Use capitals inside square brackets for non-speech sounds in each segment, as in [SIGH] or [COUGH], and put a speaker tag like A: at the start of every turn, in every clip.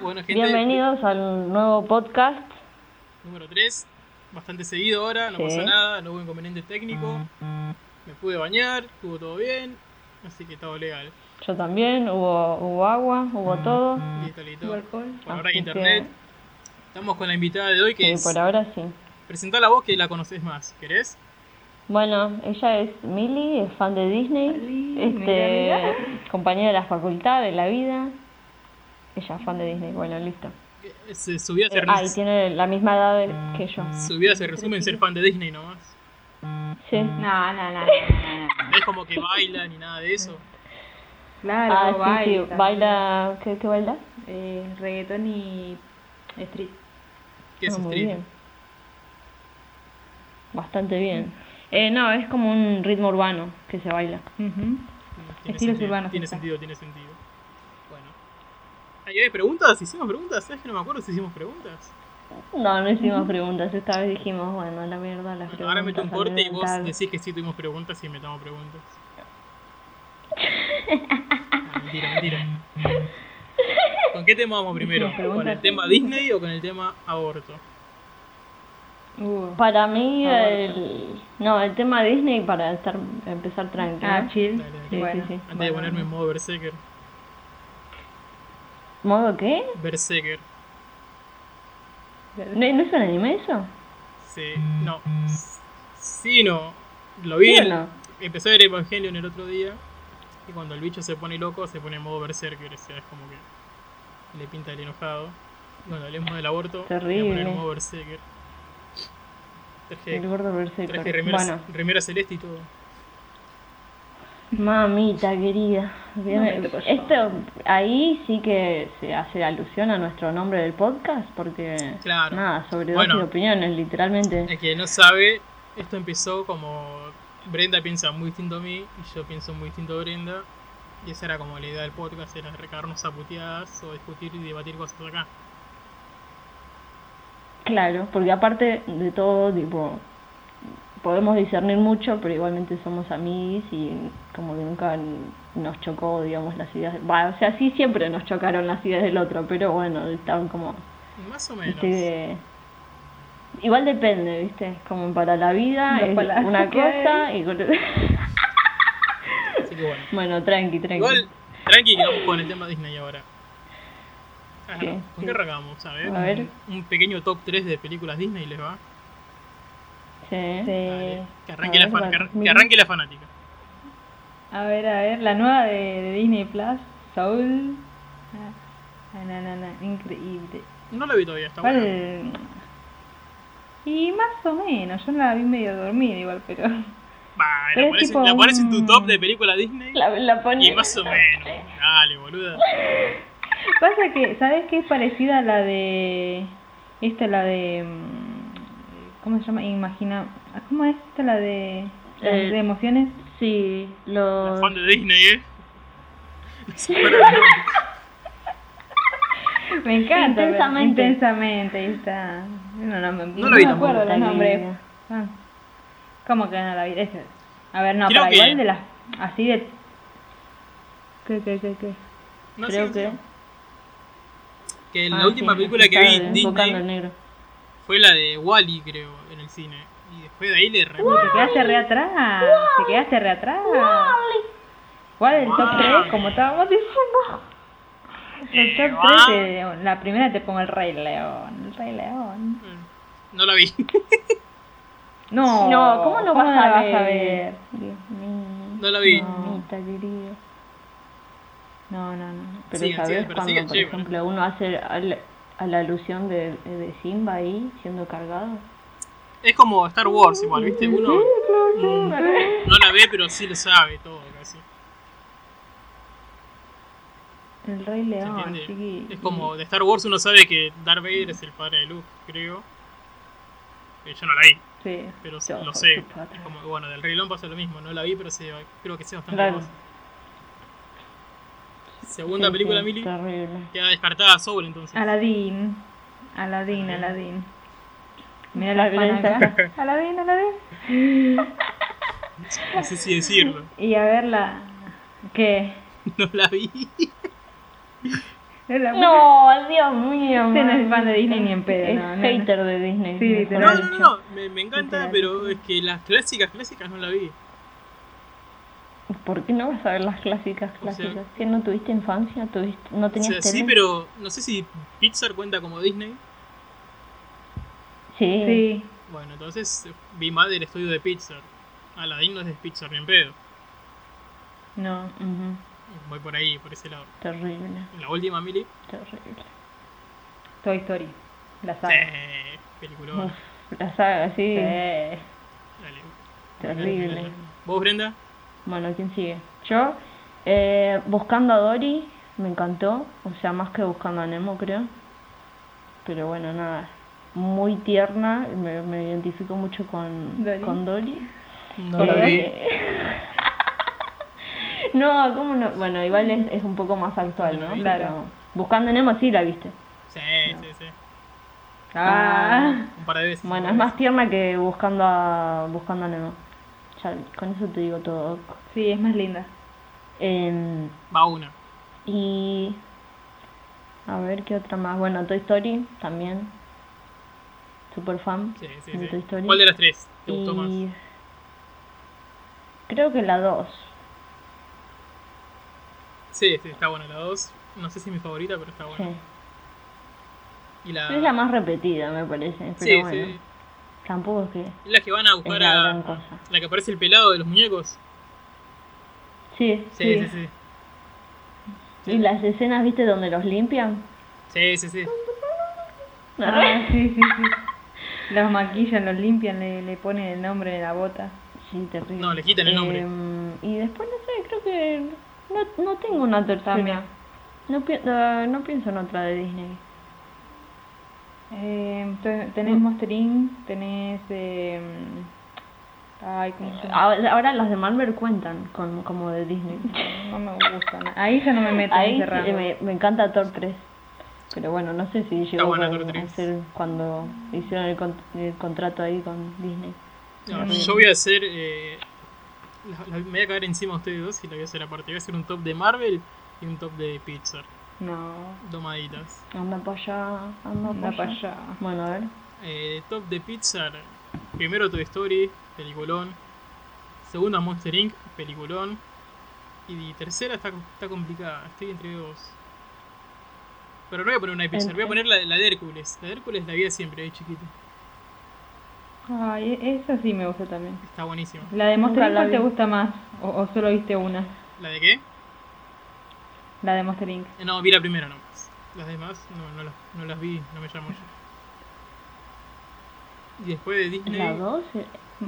A: Bueno, gente,
B: Bienvenidos al nuevo podcast.
A: número 3. Bastante seguido ahora, no
B: Sí.
A: pasa nada, no hubo inconveniente técnico. Me pude bañar, estuvo todo bien. Así que todo legal.
B: Yo también, hubo, hubo agua, hubo todo.
A: Listo,
C: Este,
A: listo.
C: alcohol.
A: Por ahora hay
B: Así
A: internet. Estamos con la invitada de hoy que
B: Sí,
A: es.
B: por ahora sí.
A: Presentala vos que la conocés más, ¿querés?
B: Bueno, ella es Millie, es fan de Disney,
C: Millie,
B: este,
C: mirá,
B: compañera de la facultad, de la vida. Ella es fan de Disney, bueno, listo.
A: Eh, Se subió a
B: Eh,
A: ser. Mm.
B: ah, y tiene la misma edad de- que yo.
A: Su vida se resume en ser fan de Disney nomás.
B: Sí.
C: No, no, no, no, no, no.
A: No es como que baila ni nada de eso.
C: [LAUGHS] Claro,
B: Ah, sí,
C: baila.
B: sí,
C: también.
B: baila. ¿Qué, qué baila?
C: Eh, reggaetón y street.
A: Que es
B: Ah, muy
A: street.
B: bien. Bastante bien. Eh, no, es como un ritmo urbano que se baila.
A: Mm, Tiene
C: Estilos
A: sentido,
C: urbanos,
A: Tiene
C: quizá.
A: sentido, tiene sentido. Bueno. ¿Ahí hay preguntas? ¿Hicimos preguntas? ¿Sabes que no me acuerdo si hicimos preguntas?
B: No, no hicimos preguntas. Esta vez dijimos, bueno, a la mierda las
A: Bueno, ahora meto un
B: preguntas,
A: corte y vos
B: tal.
A: decís que sí tuvimos preguntas y metamos preguntas. Ah, mentira, mentira. ¿Con qué tema vamos primero?
C: Hicimos
A: ¿Con el
C: preguntas.
A: tema Disney o con el tema aborto?
C: Uh.
B: Para mí,
C: Ah,
B: el... no, el tema Disney para estar empezar tranquilo.
C: Ah, chill.
A: Dale, dale.
B: Sí,
C: bueno.
B: sí, sí.
A: Antes de ponerme en modo Berserker.
B: ¿Modo qué?
A: Berserker.
B: ¿No, no es un anime eso?
A: Sí, no. Sí, no. Lo vi.
B: ¿Sí o
A: en-
B: no?
A: Empecé a ver Evangelion el otro día. Y cuando el bicho se pone loco, se pone en modo berserker. O sea, es como que le pinta el enojado. Y cuando hablemos del aborto, le voy a poner
B: Terrible.
A: en modo berserker.
B: El
A: Traje,
B: gordo
A: traje
B: berserker.
A: remera,
B: Bueno,
A: remera celeste y todo.
B: mamita querida. Bien,
C: me toques, por
B: esto ahí sí que se hace alusión a nuestro nombre del podcast porque
A: Claro.
B: nada, sobre dos
A: Bueno.
B: opiniones, literalmente.
A: El que no sabe, esto empezó como Brenda piensa muy distinto a mí y yo pienso muy distinto a Brenda. Y esa era como la idea del podcast, era recargarnos a puteadas o discutir y debatir cosas acá.
B: Claro, porque aparte de todo, tipo, podemos discernir mucho, pero igualmente somos amigos y como que nunca n- nos chocó, digamos, las ideas. Va, o sea, sí siempre nos chocaron las ideas del otro, pero bueno, estaban como,
A: Más o menos.
B: viste, que- Igual depende, viste, es como para la vida
C: Las
B: es
C: palabras
B: una
C: que
B: cosa y...
A: Así que bueno.
B: [LAUGHS] bueno, tranqui, tranqui.
A: Igual, tranqui, que vamos con el tema Disney ahora. Ah,
B: Sí,
A: ¿Con
B: sí.
A: qué arrancamos? A ver,
B: A ver.
A: Un, un pequeño top 3 de películas Disney les va.
B: Sí.
C: este,
A: Dale, que, arranque
B: Eh, A
A: la
B: ver,
A: fan- que arran-
B: Barbie.
A: que arranque la fanática.
C: A ver, a ver, la nueva de, de Disney Plus, Soul. Ah, ah, na, na, na, increíble.
A: No la vi todavía, está
C: Igual,
A: buena.
C: Y más o menos, yo la vi medio dormida igual, pero.
A: Bah,
C: Pero
A: la
C: es
A: pones,
C: tipo
A: la pones en tu
C: un-
A: top de películas Disney
B: La, la pone-
A: y más o menos. Dale, boluda.
C: Pasa que, ¿sabes qué es parecida a la de. Esta, la de. mm, ¿Cómo se llama? Imagina. ah, ¿Cómo es esta, la de. la
B: Eh,
C: de emociones?
B: Sí,
A: La
B: los...
A: fan de Disney, ¿eh? [LAUGHS] Se fueron los nombres.
C: Me encanta. pero-
B: Intensamente.
C: Intensamente, ahí está. No, no, me,
A: No la vi
C: me
A: tampoco.
C: acuerdo los
B: Está
C: nombres.
B: linda.
C: Ah, ¿Cómo que no la vi? Ese- A ver, no,
A: Creo
C: para
A: que-
C: igual de las. Así de. ¿Qué, qué, qué, qué?
A: No
B: Creo
A: sé,
B: que-
A: no sé. Que la
B: Ah,
A: última
B: sí,
A: película que
B: está
A: vi en
B: enfocando al
A: Disney
B: negro.
A: fue la de Wally, creo, en el cine. Y después de ahí le re
C: Te quedaste re atrás. Te quedaste re atrás. ¿Cuál es el top
A: Guau.
C: 3? Como estábamos diciendo. El
A: Eh,
C: top
A: guau.
C: 3 de- La primera te pongo el Rey León. El Rey León.
A: No la vi. [LAUGHS]
C: No.
B: No, ¿cómo no vas
C: la
B: a
C: vas a
B: ver?
C: ver?
B: Dios mío.
A: No la vi.
B: Mamita querida.
C: No, no, no.
B: Pero
A: Sigan,
B: sabes
A: sigan, pero
B: cuando,
A: sigan,
B: por
A: sigan.
B: ejemplo, uno hace al- a la alusión de, de Simba ahí siendo cargado.
A: Es como Star Wars igual, ¿viste? Uno mm, no la ve, pero sí lo sabe todo casi.
C: El Rey
A: ¿Se
C: León,
A: entiende?
C: chiqui.
A: Es como de Star Wars uno sabe que Darth Vader es el padre de Luke, creo. Eh, yo no la vi,
C: Sí.
A: pero
B: Yo
A: lo
B: soy
A: sé.
B: tu padre.
A: Es como, bueno, del Rey León pasa lo mismo, no la vi, pero sé- creo que sé bastante
B: Claro.
A: más. Segunda
B: Sí,
A: película,
B: sí,
A: Mili.
B: Terrible.
A: Queda descartada Soul entonces.
C: Aladín. Aladín, Aladín. Mira
B: La
C: la pana
B: Greta.
C: acá. Aladín, Aladín.
A: [LAUGHS] No sé si
B: [LAUGHS]
A: decirlo.
C: Y a ver la. ¿Qué?
A: No la vi.
C: Es la única-
B: No, Dios mío.
C: Este no
B: man.
C: es fan de Disney ni en pedo,
B: Es
C: no, no, no.
B: hater de Disney.
C: Sí,
B: mejor
A: No,
C: literal.
B: dicho.
A: no, no, no, me, me encanta,
C: Literal.
A: pero es que las clásicas, clásicas no la vi.
B: ¿Por qué no vas a ver las clásicas
A: O sea-
B: clásicas? ¿Que no tuviste infancia? ¿Tuviste, ¿No
A: O
B: tenías
A: sea, sí,
B: tele?
A: pero no sé si Pixar cuenta como Disney.
B: Sí.
C: Sí.
A: Bueno, entonces eh, vi más del estudio de Pixar. Aladdin no es de Pixar ni en pedo.
C: No.
B: Ujú,
A: Voy por ahí, por ese lado.
B: Terrible,
A: La última, Mili.
B: terrible.
C: Toy Story. La saga.
A: Eh, peliculón.
B: Uf, la saga, sí.
C: Sí.
A: Dale.
B: Terrible.
A: ¿Vos, Brenda?
B: Bueno, ¿quién sigue? Yo, eh, Buscando a Dory, me encantó. O sea, más que Buscando a Nemo, creo. Pero bueno, nada. Muy tierna, me, me identifico mucho con
C: Dory.
B: con Dory.
A: No
B: Pero, eh, [LAUGHS] no, ¿cómo no? Bueno, igual es, es un poco más actual, ¿no?
C: Claro.
B: Pero Buscando a Nemo sí la viste.
A: Sí, sí, sí.
C: Ah.
A: Un par de veces.
B: Bueno,
A: un
B: es
A: par
B: más tierna que buscando a, buscando a Nemo. Ya, con eso te digo todo.
C: Sí, es más linda.
B: Em,
A: de veces. Va una.
B: y. A ver qué otra más. Bueno, Toy Story también. Super fan.
A: Sí, sí,
B: ¿De Toy
A: sí.
B: Story?
A: ¿Cuál de las tres te gustó más?
B: Y. Creo que la 2.
A: Sí, sí, está buena la dos. No sé si es mi favorita, pero está
B: Sí.
A: buena. Y la...
B: Es la más repetida, me parece. Pero
A: Sí,
B: bueno,
A: sí.
B: tampoco es que.
A: Es la que van a buscar
B: la
A: a...
B: gran cosa.
A: La que aparece el pelado de los muñecos.
B: Sí.
A: Sí, sí,
C: Sí.
A: sí.
B: Y las escenas, viste, donde los limpian.
A: Sí, sí, sí.
C: Ah,
B: [LAUGHS]
C: sí, sí, sí. Los maquillan, los limpian, le, le ponen el nombre en la bota.
B: Sí, terrible.
A: No, le quitan el nombre.
B: Em, y después, no sé, creo que no, no tengo una
C: También.
B: tercera. No, pi- eh, no pienso en otra de Disney.
C: Eh,
B: mm.
C: te- tenés Monster Inc, tenés... eh, ay, ¿cómo se llama?
B: Ahora, ahora las de Marvel cuentan con, como de [LAUGHS] Disney.
C: No me gustan. Ahí ya no me meto
B: Ah.
C: en
B: Ahí
C: ese rango.
B: eh, me, me encanta Thor 3. Pero bueno, no sé si llegó
A: buena
B: a-
A: Thor
B: a
A: 3.
B: ser cuando hicieron el, con- el contrato ahí con Disney.
A: No,
C: Mm.
A: yo voy a hacer. eh, la- la- me voy a caer encima a ustedes dos y la voy a hacer aparte. Voy a hacer un top de Marvel y un top de Pixar.
C: No,
A: Domaditas.
B: Anda para allá, anda
C: anda
B: para
C: para
B: allá.
C: allá.
B: Bueno, a ver.
A: Eh, top de Pixar: primero Toy Story, peliculón. Segunda Monster Inc., peliculón. Y tercera está, está complicada, estoy entre dos. Pero no voy a poner una de Pixar, voy a
B: Ent-
A: poner la, la de Hércules. La de Hércules la vi siempre, de chiquito.
C: Ay, e- esa sí me gusta también.
A: Está buenísima.
C: ¿La de Monster
B: Nunca
C: Inc
B: la
C: cuál te
B: vi.
C: gusta más? O, o solo viste una?
A: ¿La de qué?
C: La de Monster Inc.
A: Eh, No, vi la primera nomás. Las demás no, no, las, no las vi, no me llamó yo. Y después de Disney.
B: ¿La 2?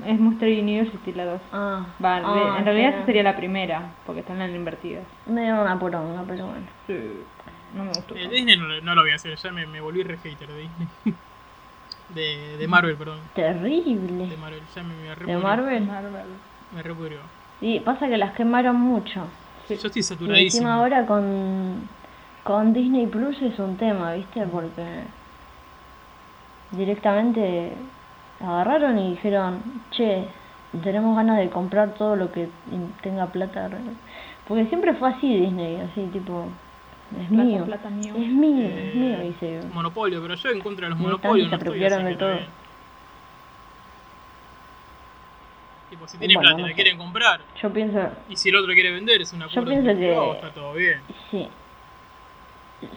C: Es Monster University la 2.
B: Ah.
C: Va,
B: ah,
C: de- en realidad
B: espera.
C: esa sería la primera, porque están las invertidas.
B: Me dio una poronga, pero bueno.
C: No me gustó.
A: eh, Disney no, lo- no lo voy a hacer, ya me, me volví re hater de Disney. [LAUGHS] De, de Marvel, perdón. De
B: Terrible.
A: Marvel, ya me, me
B: ¿De
A: repudrió.
B: Marvel?
A: Me repudrió.
B: Y pasa que las quemaron mucho.
A: Yo estoy
B: Y encima
A: saturadísimo.
B: ahora con, con Disney Plus es un tema, ¿viste? Porque directamente agarraron y dijeron, che, tenemos ganas de comprar todo lo que tenga plata. Porque siempre fue así Disney, así tipo, es
C: Plata,
B: mío.
C: plata, mío.
B: Es mío,
A: Eh,
B: es mío, dice.
A: Monopolio, pero yo en contra de los
B: Ni tanto
A: monopolios
B: se
A: no estoy así
B: apropiaron de
A: que no
B: todo.
A: bien. Tipo, si tiene
B: Bueno,
A: plata y
B: no
A: la
B: sé.
A: quieren comprar,
B: Yo pienso,
A: y si el otro quiere vender, es una
B: Yo pienso que-
A: está todo bien.
B: sí.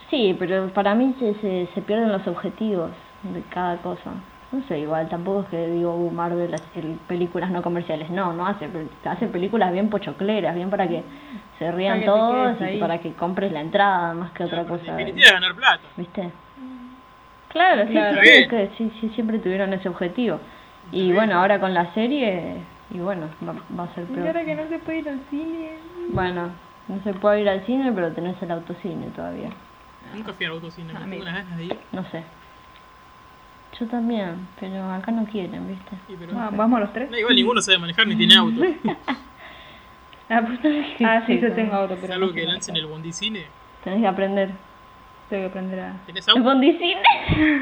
B: Sí, pero para mí se, se, se pierden los objetivos de cada cosa. No sé, igual tampoco es que digo "Uh, Marvel hace el- películas no comerciales. No, no hace, pel- hace películas bien pochocleras, bien para que se rían
C: que te
B: todos
C: quedes
B: y
C: ahí.
B: para que compres la entrada más que otra
A: Pero
B: cosa.
A: En definitiva, ganar plata.
B: ¿Viste? Claro, sí,
C: Claro.
B: sí,
A: Está bien.
B: que sí, sí, siempre tuvieron ese objetivo. Y
A: bien.
B: bueno, ahora con la serie, y bueno, va, va a ser
C: Y
B: peor.
C: ahora que no se puede ir al cine.
B: Bueno, no se puede ir al cine, pero tenés el autocine todavía.
A: Nunca fui al autocine, me
C: Ah,
A: tengo
C: mira.
A: unas ganas de ir.
B: No sé. Yo también, pero acá no quieren, ¿viste?
A: Y pero-
C: Va- Ah, vamos los tres.
A: No, igual ninguno sabe manejar ni tiene
B: [LAUGHS]
A: auto.
C: Ah, pues, [LAUGHS] ah, sí, yo
B: chico.
C: tengo auto, pero
A: Salvo que
C: tengo
A: lancen el bondicine.
B: Tenés que aprender.
C: que aprender a...
A: ¿Tenés
B: El
A: auto?
B: bondicine.
A: [LAUGHS]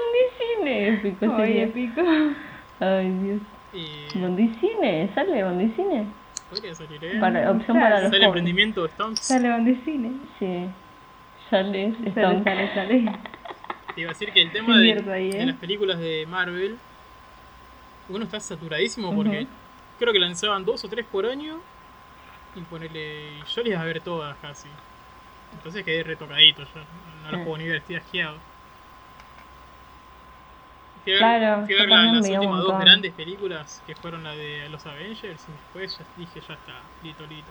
B: bondicine. Épico,
C: Oye,
B: sería.
C: pico. [LAUGHS]
B: Ay, Dios.
A: Eh,
B: Bondicine, sale bondicine.
A: Podría salir, ¿eh?
B: Para, opción
C: Claro.
B: para los
A: Sale el
B: jóvenes.
A: emprendimiento Stonks.
C: Sale Bandicine.
B: Sí. Sale,
C: Sale,
B: Stone.
C: sale, sale.
A: Te iba a decir que el tema
C: Es
A: de,
C: cierto ahí, ¿eh?
A: de las películas de Marvel, uno está saturadísimo porque
C: Ujú.
A: creo que lanzaban dos o tres por año y ponele, y yo les iba a ver todas casi. Entonces quedé retocadito, yo no las
B: Ah.
A: puedo ni ver, estoy asqueado. Fui a ver,
B: Claro,
A: fui a
B: yo
A: ver la-
B: también
A: las
B: vi un
A: últimas dos
B: montón.
A: grandes películas que fueron la de los Avengers y después ya dije, ya está, listo, listo.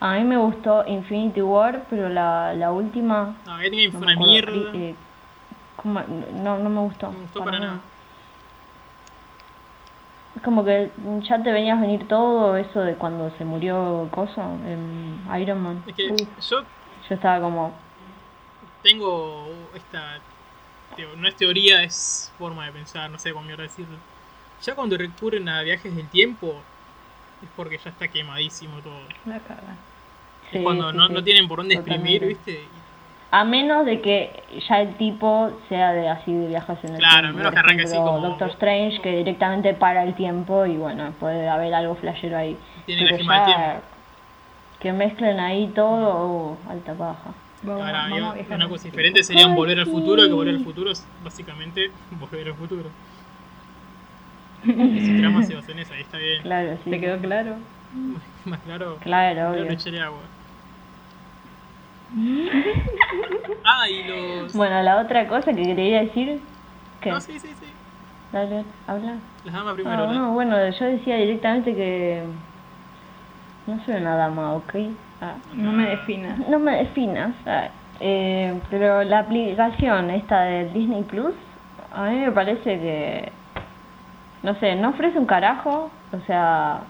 B: A mí me gustó Infinity War, pero la, la última.
A: No, Endgame
B: no
A: fue
B: me
A: una
B: acuerdo,
A: mierda,
B: eh, ¿cómo? No, no me gustó.
A: no me gustó para nada.
B: Es como que ya te venías a venir todo eso de cuando se murió Coso, en Iron Man.
A: Es que
B: Uf,
A: yo
B: yo estaba como,
A: tengo esta teo- no es teoría es forma de pensar no sé cómo mierda decirlo ya cuando recurren a viajes del tiempo es porque ya está quemadísimo todo
C: La caga.
B: sí,
A: cuando
B: sí,
A: no,
B: sí.
A: no tienen por dónde exprimir
B: Totalmente.
A: viste Y-
B: A menos de que ya el tipo sea de así de viajes en el
A: Claro, a
B: tiempo.
A: menos
B: por
A: que arranque así
B: ejemplo,
A: como-
B: Doctor Strange que directamente para el tiempo y bueno, puede haber algo flashero ahí.
A: Tiene la
B: Pero
A: gema del
B: ya
A: tiempo.
B: Que mezclen ahí todo, uh, alta paja.
C: Vamos,
A: ahora,
C: vamos
A: yo-
C: a viajar
A: una
C: en
A: cosa
C: el
A: diferente
C: tiempo.
A: sería un
C: Ay,
A: volver al futuro que volver al
C: sí.
A: futuro es básicamente [LAUGHS] volver al futuro ese trama se basa en esa ahí está bien [LAUGHS]
B: Claro, sí.
C: ¿Te quedó claro?
A: más claro
B: Claro,
A: claro,
B: obvio.
A: echarle
B: [LAUGHS]
A: agua ah y los
B: Bueno, la otra cosa que quería decir, que
A: no sí sí sí
B: dale, habla.
A: las damas primero
B: Ah,
A: ¿no?
B: no, bueno, yo decía directamente que no soy una dama, ¿ok? Ah,
C: No me definas.
B: no me definas. ah, eh, pero la aplicación esta del Disney Plus, a mí me parece que, no sé, no ofrece un carajo, o sea,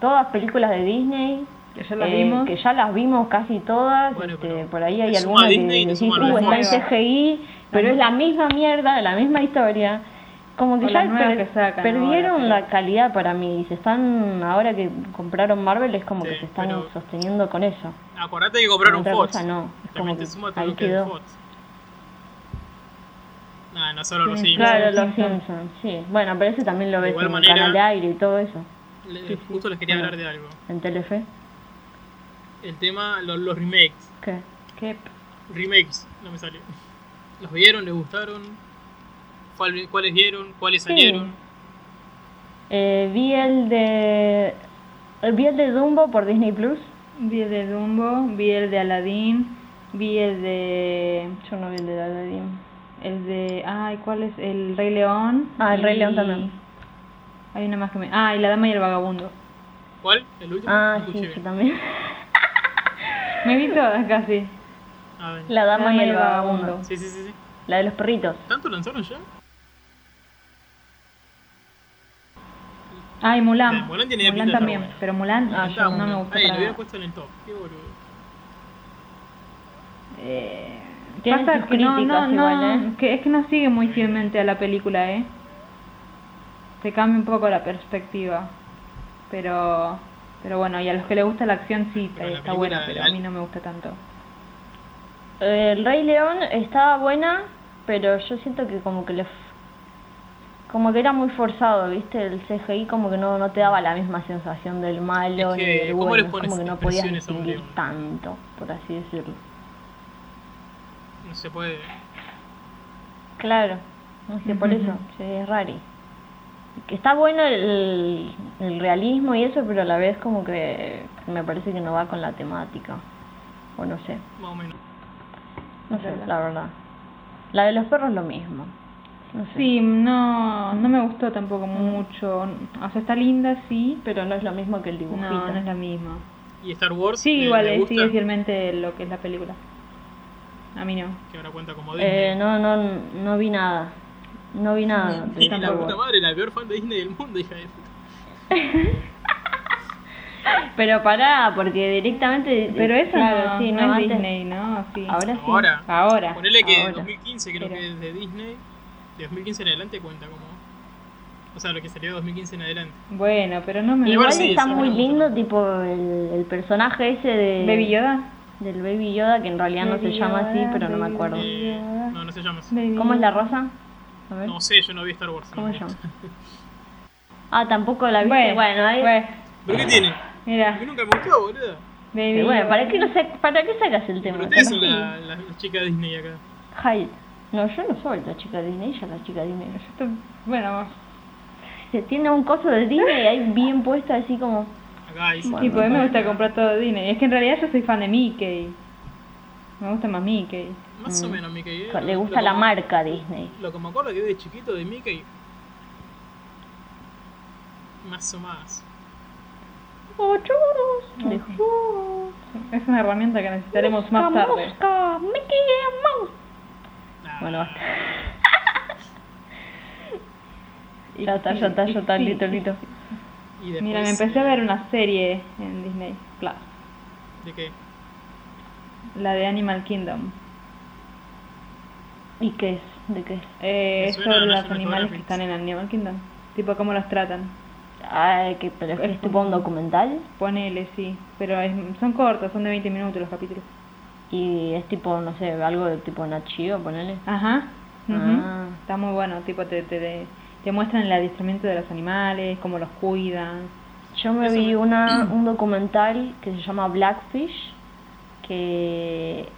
B: todas películas de Disney.
C: Que ya las
B: eh,
C: vimos.
B: que ya las vimos casi todas,
A: Bueno,
B: este,
A: pero
B: por ahí hay
A: le suma
B: algunas que
A: Disney y le
B: decís,
A: suma lo
B: "Uh,
C: de
B: está en
C: Fox".
B: CGI, pero es la misma mierda, la misma historia. Como que
C: O
B: ya
C: las nuevas que sacan
B: perdieron
C: ahora,
B: la
C: pero-
B: calidad para mí y se están, ahora que compraron Marvel, es como
A: Sí,
B: que se están
A: pero-
B: sosteniendo con eso.
A: Acordate que compraron
B: Otra
A: Fox.
B: cosa no, es
A: También
B: como
A: te
B: que
A: suma todo
B: ahí
A: lo que es
B: quedó.
A: Fox. Nah, no solo los
C: Sí,
A: Sims.
B: Claro,
C: Los
B: los
C: Simpsons.
B: Simpsons, sí. Bueno, pero ese también lo
A: De
B: ves
A: igual
B: en el
A: manera-
B: canal de aire y todo eso,
A: Le-
B: sí, sí.
A: Justo les quería
B: Bueno.
A: hablar de algo.
B: en Telefe.
A: El tema, lo- los remakes.
B: ¿Qué?
C: ¿Qué?
A: Remakes, no me salió. ¿Los vieron? ¿Les gustaron? ¿Cuál- ¿Cuáles vieron? ¿Cuáles
B: Sí.
A: salieron?
B: Eh, vi el de... eh, Vi el de Dumbo por Disney Plus.
C: Vi el de Dumbo, vi el de Aladdin, vi el de.
B: Yo no vi el de Aladdin.
C: El de. Ay, ¿cuál es? El Rey León.
B: Ah, el Rey
C: y-
B: León también.
C: Hay una más que me. Ah, y La Dama y el Vagabundo.
A: ¿Cuál? ¿El último?
B: Ah,
A: No escuché
B: sí,
A: bien.
B: yo también. [LAUGHS]
C: Me vi todas casi.
A: Ah, bien.
B: La dama y el vagabundo.
A: Sí, sí, sí, sí.
B: La de los perritos.
A: ¿Tanto lanzaron ya?
C: Ah, y Mulan.
A: Eh, Mulan tiene pinta de
C: también,
A: estar buena.
C: pero Mulan
A: Ah,
C: ah, yo no me gustó.
A: Ay,
C: para
A: lo
C: nada.
A: hubiera puesto en el top. Qué boludo.
C: Eh,
B: Tiene
C: pasa
B: sus
C: que no, no,
B: críticas igual,
C: no,
B: ¿eh?
C: que es que no sigue muy fielmente a la película, ¿eh? Te cambia un poco la perspectiva. Pero pero bueno, y a los que les gusta la acción sí,
A: Pero la
C: está
A: película
C: buena,
A: de
C: pero a
A: Al-
C: mí no me gusta tanto.
B: Eh, El Rey León estaba buena, pero yo siento que como que le... f- Como que era muy forzado, ¿viste? El CGI como que no, no te daba la misma sensación del malo
A: Es
B: ni
A: que,
B: del
A: ¿cómo
B: bueno.
A: le
B: es
A: pones
B: como que no podías
A: expresiones a un
B: distinguir
A: león?
B: tanto, por así decirlo.
A: No se puede.
B: Claro, no sé, por
C: Ujú.
B: eso, sí, es rari. Que está bueno el, el realismo y eso, pero a la vez como que me parece que no va con la temática. O no sé,
A: Más o menos.
B: no
C: Es
B: sé,
C: verdad.
B: la verdad. La de los perros lo mismo. No sé. Mm.
C: Sí, no, no me gustó tampoco mucho. O sea, está linda, sí,
B: pero no es lo mismo que el
C: pero
B: dibujito.
C: no, no es la misma.
A: ¿Y Star Wars?
C: Sí,
A: ¿Le-
C: igual
A: le
C: eh,
A: gusta?
C: sigue fielmente lo que es la película. A mí no.
A: Que ahora cuenta como Disney.
B: Eh, no, no, no vi nada. No vi nada. de
A: Disney, la
B: Star
A: puta
B: Wars.
A: madre, la peor fan de Disney del mundo, hija de puta.
B: Pero pará, porque directamente...
C: Pero eso
B: claro,
C: no,
B: sí,
C: no es
B: antes-
C: Disney, ¿no? Sí.
B: Ahora sí.
A: Ahora.
B: Ah,
C: Ahora.
A: Ponele que
B: ahora.
A: 2015 creo
C: Pero-
A: que es de Disney. De 2015 en adelante cuenta como. O sea, lo que salió de 2015 en adelante.
C: Bueno, pero no me
A: Igual
B: Igual
A: sí,
B: está
A: eso
B: muy
A: me gusta.
B: lindo, tipo el, el personaje ese de...
C: Baby Yoda.
B: Del Baby Yoda, que en realidad no se
C: Baby
B: llama así,
C: Yoda,
B: pero no me
C: Baby
B: acuerdo.
C: Yoda.
A: Eh, no, no se llama así.
C: Baby
B: ¿Cómo es la
C: Yoda.
B: rosa? A ver.
C: [LAUGHS]
A: No sé, yo no vi Star Wars.
B: ¿Cómo
A: no
B: se
A: me
B: llama?
A: gusta.
B: Ah, tampoco la viste.
C: Bueno,
B: Bueno, ahí.
C: bueno,
A: ¿Pero qué tiene?
C: mira,
A: A mí nunca me gustó, boludo.
C: baby.
B: Pero bueno, ¿para qué, no sac- ¿para qué sacas el tema?
A: Pero ustedes son
B: Capaz que-
A: la, la, la chica Disney acá.
B: Hyde. No, yo no soy la chica Disney, ella es la chica Disney.
C: Esto- Bueno,
B: Se tiene un coso de Disney ahí bien puesta, así como.
A: Acá hay.
B: Bueno, pues
C: y por ahí me
B: no,
C: gusta comprar todo Disney. Es que en realidad yo soy fan de Mickey. Me gusta más Mickey.
A: Más o menos Mickey. eh.
B: Mm. Le
A: Lo
B: gusta
A: que
B: la
A: me-
B: marca Disney.
A: Lo que me acuerdo que de chiquito de Mickey. Más o más.
B: Ocho
C: Ok.
B: horas, de juro.
C: Es una herramienta que necesitaremos más
B: Mosca,
C: tarde.
B: mosca, Mickey Mouse.
A: Ah,
B: Bueno, basta.
C: Y-
B: Ya está, ya está, ya está,
C: y-
B: listo,
C: y-
B: listo.
A: Y después,
C: Mira, me empecé a ver
A: eh,
C: una serie en Disney Plus.
A: ¿De qué?
C: La de Animal Kingdom.
B: ¿Y qué es? ¿De qué es?
C: Eh,
A: Me
C: es
A: suena
C: sobre
A: a
C: los
A: National
C: animales que
A: Geographic.
C: están en Animal Kingdom. Tipo, cómo los tratan.
B: Ay, Ah, que, pero es que
C: Es
B: es tipo un documental
C: Ponele, sí. Pero es- son cortos, son de 20 minutos los capítulos.
B: y es tipo, no sé, algo de tipo Nachio, ponele.
C: Ajá. ujú.
B: Ah.
C: Está muy bueno. Tipo, te, te, te muestran el adiestramiento de los animales, cómo los cuidan.
B: Yo me
A: Eso
B: vi
A: me-
B: [CLEARS THROAT] una, un documental que se llama Blackfish, que eh,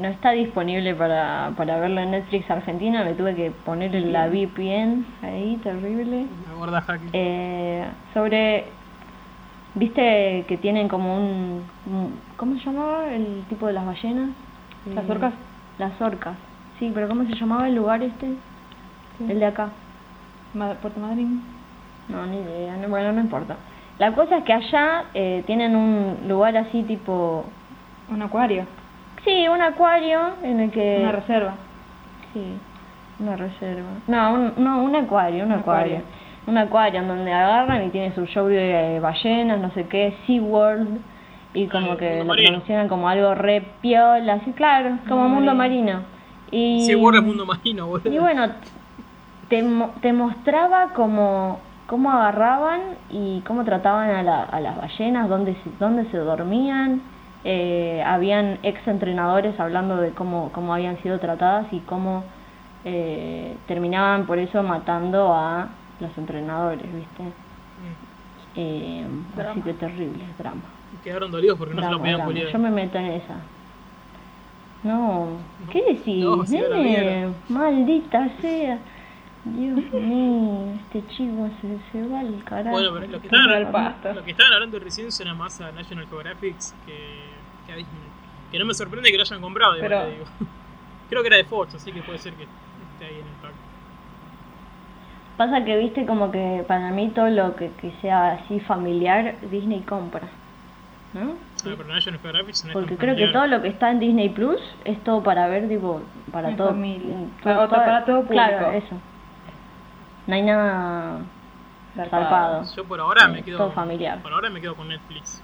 B: no está disponible para, para verlo en Netflix Argentina, me tuve que poner la VPN ahí, terrible.
A: La gorda Haki.
B: Eh, sobre, viste que tienen como un, un- ¿cómo se llamaba el tipo de las ballenas?
C: ¿Las
B: Eh,
C: orcas?
B: Las orcas, sí, pero ¿cómo se llamaba el lugar este? El de acá.
C: Ma- Puerto Madryn.
B: No, ni idea, no, bueno, no importa. La cosa es que allá eh, tienen un lugar así tipo...
C: Un acuario.
B: Sí, un acuario en el que...
C: Una reserva.
B: Sí, una reserva. No, un, no, un acuario, un,
C: Un acuario.
B: acuario. Un acuario en donde agarran y tienen su show de eh, ballenas, no sé qué, SeaWorld. Y como
A: Ah,
B: que
A: mundo
B: lo
A: marino.
B: promocionan como algo re piola, así claro, como
C: Mundo
B: mundo
C: marino.
B: marino. Y...
A: Se borra el mundo marino, boludo.
B: Y bueno, te, mo- te mostraba cómo, cómo agarraban y cómo trataban a, la- a las ballenas, dónde, se- dónde se dormían. Eh, habían ex entrenadores hablando de cómo, cómo habían sido tratadas y cómo eh, terminaban por eso matando a los entrenadores, ¿viste?
A: Mm.
B: Eh, así
C: Drama.
B: que terrible, drama.
A: Y Quedaron dolidos porque no se
B: drama,
A: lo podían
B: drama.
A: culiar.
B: Yo me meto en esa. No, ¿qué decís,
A: No, si era la
B: nene?
A: mierda.
B: Maldita sea. Dios mío, este chico se, se va al carajo.
A: Bueno, pero lo que
C: Contra
A: estaban,
C: el pasto.
A: lo que estaban hablando recién suena más a National Geographic que, que a Disney. Que no me sorprende que lo hayan comprado, igual
C: Pero-
A: te digo. [LAUGHS] Creo que era de Fox, así que puede ser que esté ahí en el pack.
B: Pasa que viste como que para mí todo lo que, que sea así familiar, Disney compra. ¿No?
A: Ah, pero National Geographic no es
B: Porque
A: tan
B: creo que
A: familiar.
B: todo lo que está en Disney Plus es todo para ver, tipo, para
C: En
B: todo.
C: familia.
B: mm,
C: Para
B: todo-
C: otro-
B: todo-
C: para todo
B: Claro,
C: público.
B: eso. No hay nada
C: Zarpado.
B: zarpado.
A: Yo por ahora
B: Sí,
A: me quedo.
B: todo familiar.
A: Por ahora me quedo con Netflix.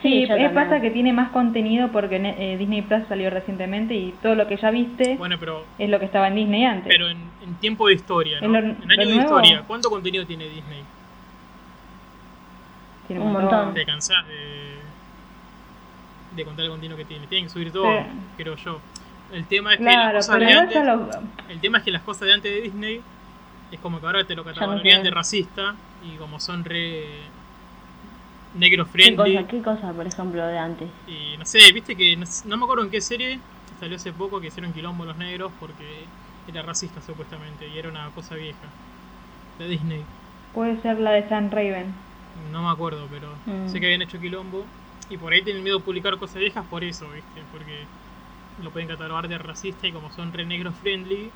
C: Sí,
B: yo
C: eh,
B: también.
C: pasa que tiene más contenido porque ne- eh, Disney Plus salió recientemente y todo lo que ya viste
A: Bueno, pero.
C: es lo que estaba en Disney antes.
A: Pero en, en tiempo de historia, ¿no?
C: En lo-
A: En
C: lo
A: año de
C: nuevo.
A: historia, ¿cuánto contenido tiene Disney?
C: tiene
B: un montón.
A: Te cansás de, de contar el contenido que tiene. Tienen que subir todo,
C: Sí.
A: creo yo. El tema es que las
C: Claro,
A: cosas
C: pero
A: de
C: ahora
A: antes-
C: ya lo...
A: El tema es que las cosas de antes de Disney es como que ahora te lo catalogarían
B: tienen.
A: de racista y como son re negro
B: ¿Qué cosa,
A: friendly
B: ¿Qué cosa, por ejemplo, de antes? [LAUGHS]
A: y no sé, viste que no, s- no me acuerdo en qué serie salió hace poco que hicieron quilombo los negros porque era racista supuestamente y era una cosa vieja de Disney.
C: Puede ser la de San Raven.
A: No me acuerdo, pero
B: Mm.
A: sé que habían hecho quilombo y por ahí tienen miedo de publicar cosas viejas por eso, viste, porque lo pueden catalogar de racista y como son re negro friendly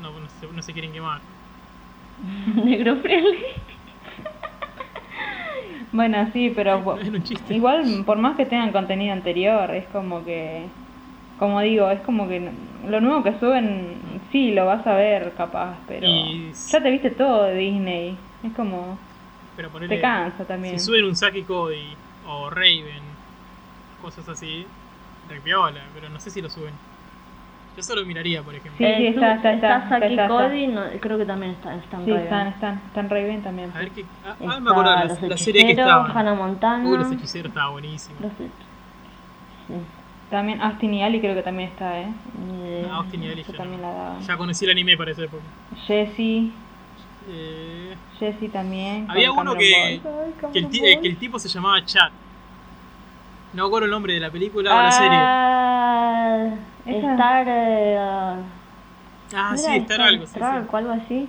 A: no, no se, no se quieren quemar. [LAUGHS]
B: Negro friendly.
C: Bueno, sí,
B: [LAUGHS]
C: pero bu-
A: Era un chiste.
C: igual por más que tengan contenido anterior, es como que... Como digo, es como que n- lo nuevo que suben, sí, lo vas a ver capaz, pero
A: Y-
C: ya te viste todo de Disney. Es como...
A: Pero ponele,
C: Te cansa también.
A: si suben un Saki Cody o Raven, cosas así, repiola, pero no sé si lo suben. Yo solo miraría, por ejemplo.
C: Sí,
B: Eh,
C: sí, está, está, está, está,
B: Saki
C: está, está.
B: Cody, no, creo que también está, está en
C: Sí,
B: Raven.
C: están, están, están re bien también.
A: A ver qué. Ah, ah,
B: Está
A: me acuerdo, la,
B: Los
A: la serie que
B: Hechiceros,
A: estaba.
B: Hannah Montana.
A: Uy, los hechiceros estaba buenísimo.
B: Los Hech- Sí,
C: También Austin y Ali creo que también está, ¿eh?
B: ni
A: Ah,
B: idea.
A: Austin y Ellie
C: Yo
A: ya
C: también
A: no.
C: la daba.
A: Ya conocí el anime para esa época.
C: Jessie,
A: Eh,
C: Jesse también.
A: Había
C: con
A: uno
C: Cameron
A: que-
C: Boyce. Ay,
A: que, el
C: Cameron
A: ti- eh, que
C: Boyce.
A: el tipo se llamaba Chad. No me acuerdo el nombre de la película o la serie.
B: Ah,
C: Esa-
B: estar. eh, ah,
A: Ah,
B: ¿no
A: sí,
B: era
A: estar algo, sí, sí.
B: Stark o algo así.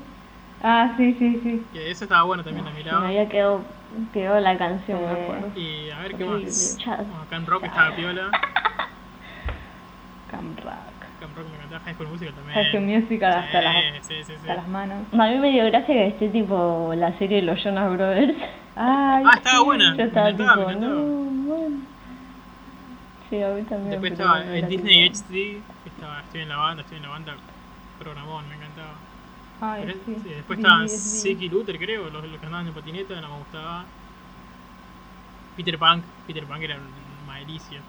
C: Ah, sí, sí, sí.
A: Que esa estaba buena también, la
B: Se me
A: miraba.
B: había quedado, quedó la canción, me
C: Eh,
B: acuerdo.
A: Y a ver qué
B: Horrible.
A: más.
B: Chad.
A: Bueno, Camp Rock estaba piola.
C: Cam Rock.
A: Camp Rock me encantaba. High School Musical también.
C: High School Musical hasta, las,
A: Sí, sí, sí. sí.
C: hasta las manos.
B: A mí me dio gracia que esté tipo la serie de los Jonas Brothers. [LAUGHS]
C: Ay,
A: Ah, estaba
C: sí.
A: buena.
B: Yo estaba
A: Me encantaba,
B: tipo,
A: me
B: no,
A: encantaba.
B: bueno. Sí, a mí también.
A: Después
B: pero
A: estaba
B: bueno,
A: en
B: era
A: Disney
B: tipo-
A: XD. Estaba, estoy en la banda, estoy en la banda. Programón, me encantaba.
C: Ay,
A: Pero-
C: Ah, sí.
A: sí, Después
C: Sí,
A: estaban
C: sí, sí.
A: Zeke y Luther, creo, los, los que andaban en patineta, no me gustaba. Peter Punk, Peter Punk era un malicio.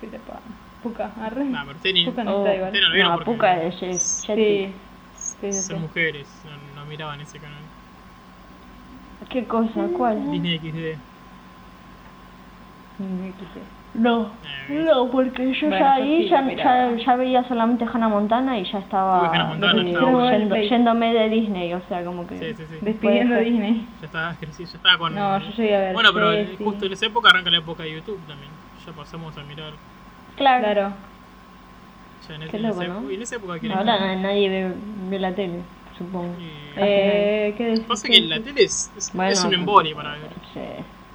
C: Peter Pan. Puka, arre.
A: Nah, pero ustedes ni-
C: Puka Mm. no
B: Oh,
C: está igual.
A: ustedes no lo vieron
B: no,
A: porque
B: Puka de Jet- Jetix.
C: Sí. Sí, sí,
A: son
C: sí.
A: mujeres, no, no miraban ese canal.
B: ¿Qué cosa?
C: Ah.
B: ¿Cuál?
A: Disney XD.
C: Mm, XD.
B: No.
C: Mm.
A: Eh,
B: No, porque yo
C: Bueno,
B: ya
C: eso
B: ahí
C: sí,
B: ya,
C: pero-
B: ya, ya veía solamente Hannah Montana y ya
A: Uy,
B: estaba
A: Hannah Montana,
B: eh,
A: estaba
C: bueno.
B: yendo- yéndome de Disney, o sea, como que...
A: sí, sí, sí.
C: Despidiendo
B: Puede ser.
C: Disney.
A: Ya estaba, crecido, ya estaba con.
C: No, yo llegué a ver.
A: bueno, pero
C: Jesse.
A: justo en esa época arranca la época de YouTube también. Ya pasamos a mirar.
B: Claro,
C: Claro.
A: Ya en,
B: Qué
A: en
B: loco,
A: esa,
B: ¿no?
A: y en esa época que era-
B: ahora na- nadie ve, ve la tele, supongo.
A: y-
C: Eh, ¿Qué decís?
A: Pasa que la tele es, es,
B: Bueno,
A: es un embole para ver.
B: Sí,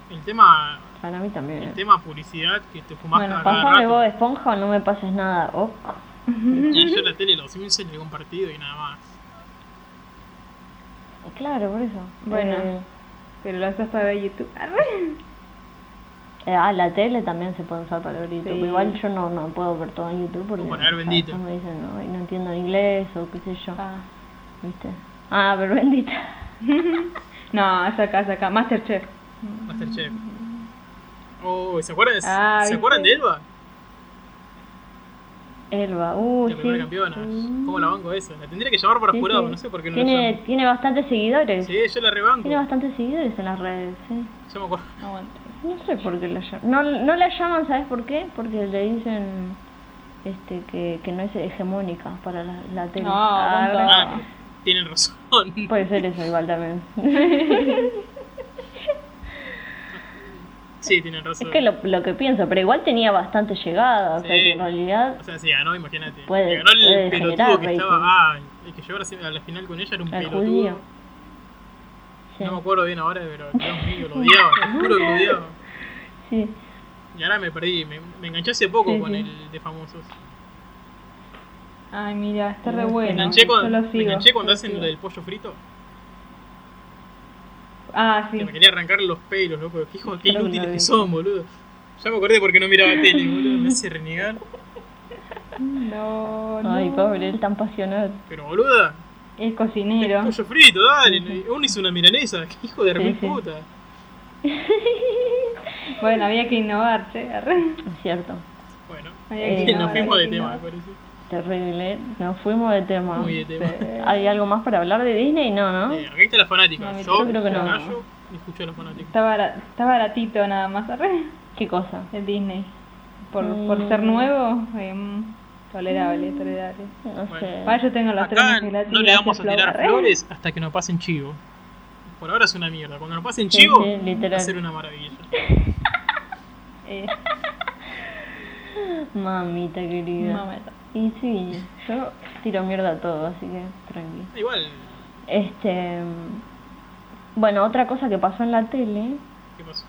A: El tema,
B: para mí también.
A: el tema publicidad que te fumás
C: Bueno,
A: cada- cada
B: Pasame
A: rato.
B: vos esponja o no me pases nada, ok.
A: Y yo la tele, los Simpsons, algún partido y nada más.
B: Claro, por eso.
C: Bueno.
B: Eh,
C: Pero lo haces para ver YouTube. Arre.
B: eh, ah, la tele también se puede usar para ver YouTube.
C: Sí.
B: Igual yo no, no puedo ver todo en YouTube porque
A: O para ver
B: o sea,
A: Bendito.
B: después me dicen, no, no entiendo inglés o qué sé yo.
C: Ah.
B: ¿Viste? Ah, pero bendita.
C: No, saca, saca. Masterchef.
A: Masterchef. Oh, ¿se acuerdan, de-
C: Ah,
A: ¿se
C: ¿viste?
A: acuerdan de Elba?
B: [LAUGHS] Elba, uh,
A: La primera
B: sí.
A: campeona. ¿Cómo la banco esa? La tendría que llevar para
B: Sí,
A: jurado,
B: sí.
A: no sé por qué no la
B: tiene,
A: llamo.
B: tiene bastantes seguidores.
A: Sí, yo la rebanco.
B: Tiene bastantes seguidores en las redes, sí.
A: Yo me acuerdo.
C: No aguanto.
B: No sé por qué la llaman. No, no la llaman, ¿sabes por qué? Porque le dicen este que, que no es hegemónica para la, la tele.
C: No,
B: Ah,
C: aguanta.
B: ¿verdad?
A: Ah, tienen razón. [LAUGHS]
B: Puede ser eso igual también.
A: Sí, tienen razón.
B: [LAUGHS] es que lo, lo que pienso, pero igual tenía bastante llegada, o sea
A: Sí.
B: que en realidad...
A: O sea, sí, ganó, imagínate.
B: Puede-
A: Le ganó el
B: puede
A: pelotudo
B: generar
A: que
B: rating.
A: estaba. Ah, el que llegó a la- a la final con ella era un
B: Al
A: pelotudo.
B: judío. Sí,
A: No me acuerdo bien ahora, pero Dios mío, lo odiaba, te juro que lo odiaba.
B: sí.
A: Y ahora me perdí, me, me enganché hace poco
C: Sí,
A: con
C: sí.
A: el de famosos.
C: Ay, mira, está
B: Me
C: re bueno.
A: Me enganché,
C: Yo
A: con,
C: lo
A: me
C: sigo,
A: enganché cuando
C: yo lo
A: hacen
C: sigo.
A: lo del pollo frito.
C: Ah, sí.
A: Que me quería arrancar los pelos, loco. Qué hijo, qué
B: Creo que
A: inútiles
B: lo
A: que
B: vi.
A: son, boludo. Ya me acordé porque no miraba tele, boludo. Me hace renegar.
C: No, no.
B: Ay, pobre, él tan pasional.
A: Pero, boluda,
C: Es cocinero.
A: pollo frito, dale. Uno hizo una milanesa, qué hijo de
B: Sí,
A: re
B: sí.
A: puta.
C: Bueno, había que innovar, che. arre.
B: Es cierto.
A: Bueno,
C: Había que
B: Eh,
C: innovar,
A: nos fuimos
C: había
A: de
C: que
A: tema, me
C: innovar.
A: parece.
B: Terrible. Nos fuimos de tema. Eh,
A: Muy de tema.
B: ¿Hay algo más para hablar de Disney? No, Ah, ¿no?
A: Eh, acá está la fanática.
C: No,
A: yo,
C: yo
B: creo que no.
A: Nayo, y escucho a la fanática.
C: Está, bara- está baratito nada más, arre.
B: ¿Qué cosa?
C: El Disney. Por, por ser
B: Mm.
C: nuevo, em, tolerable, tolerable.
B: No
A: Bueno.
B: sé.
C: Ah, yo tengo las tres
A: Acá
C: gratis,
A: no le vamos a
C: gracias,
A: tirar
C: Flor, arre.
A: flores hasta que nos pasen chivo. Por ahora es una mierda. Cuando nos pasen
B: Sí,
A: chivo,
B: sí, literal.
A: va a ser una maravilla.
C: [LAUGHS] Eh,
B: Mamita querida.
C: mameta.
B: Y sí, yo tiro mierda a todo, así que tranqui.
A: Igual,
B: Este. mm, Bueno, otra cosa que pasó en la tele
A: ¿qué pasó?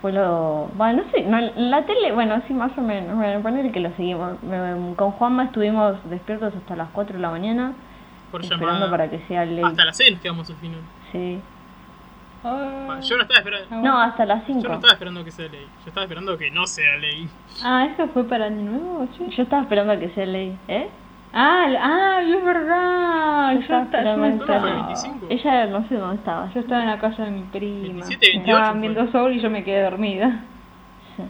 B: fue lo. Bueno, no sé, no, en la tele, bueno, sí, más o menos. Bueno, poner que lo seguimos. Me- Con Juanma estuvimos despiertos hasta las 4 de la mañana,
A: Por
B: esperando
A: llamada.
B: para que sea ley.
A: Hasta las 6 nos quedamos al final.
B: Sí.
C: oh.
A: Va, Yo no estaba esperando.
B: Ah, No, hasta las
A: Yo no
B: 5.
A: estaba esperando que sea ley. Yo estaba esperando que no sea ley.
C: Ah, ¿eso fue para Año Nuevo, che?
B: Yo estaba esperando a que sea ley, ¿eh?
C: Ah, el- ah, es verdad.
B: Yo
C: Yo,
B: estaba
C: esta- yo
B: esperando
C: me
B: el
C: estaba-
A: ¿No fue el 25?
B: Ella no sé dónde estaba.
C: yo estaba en la casa de mi prima.
A: 27, 28
C: Estaban
A: fue.
C: viendo Soul y yo me quedé dormida.
B: Sí.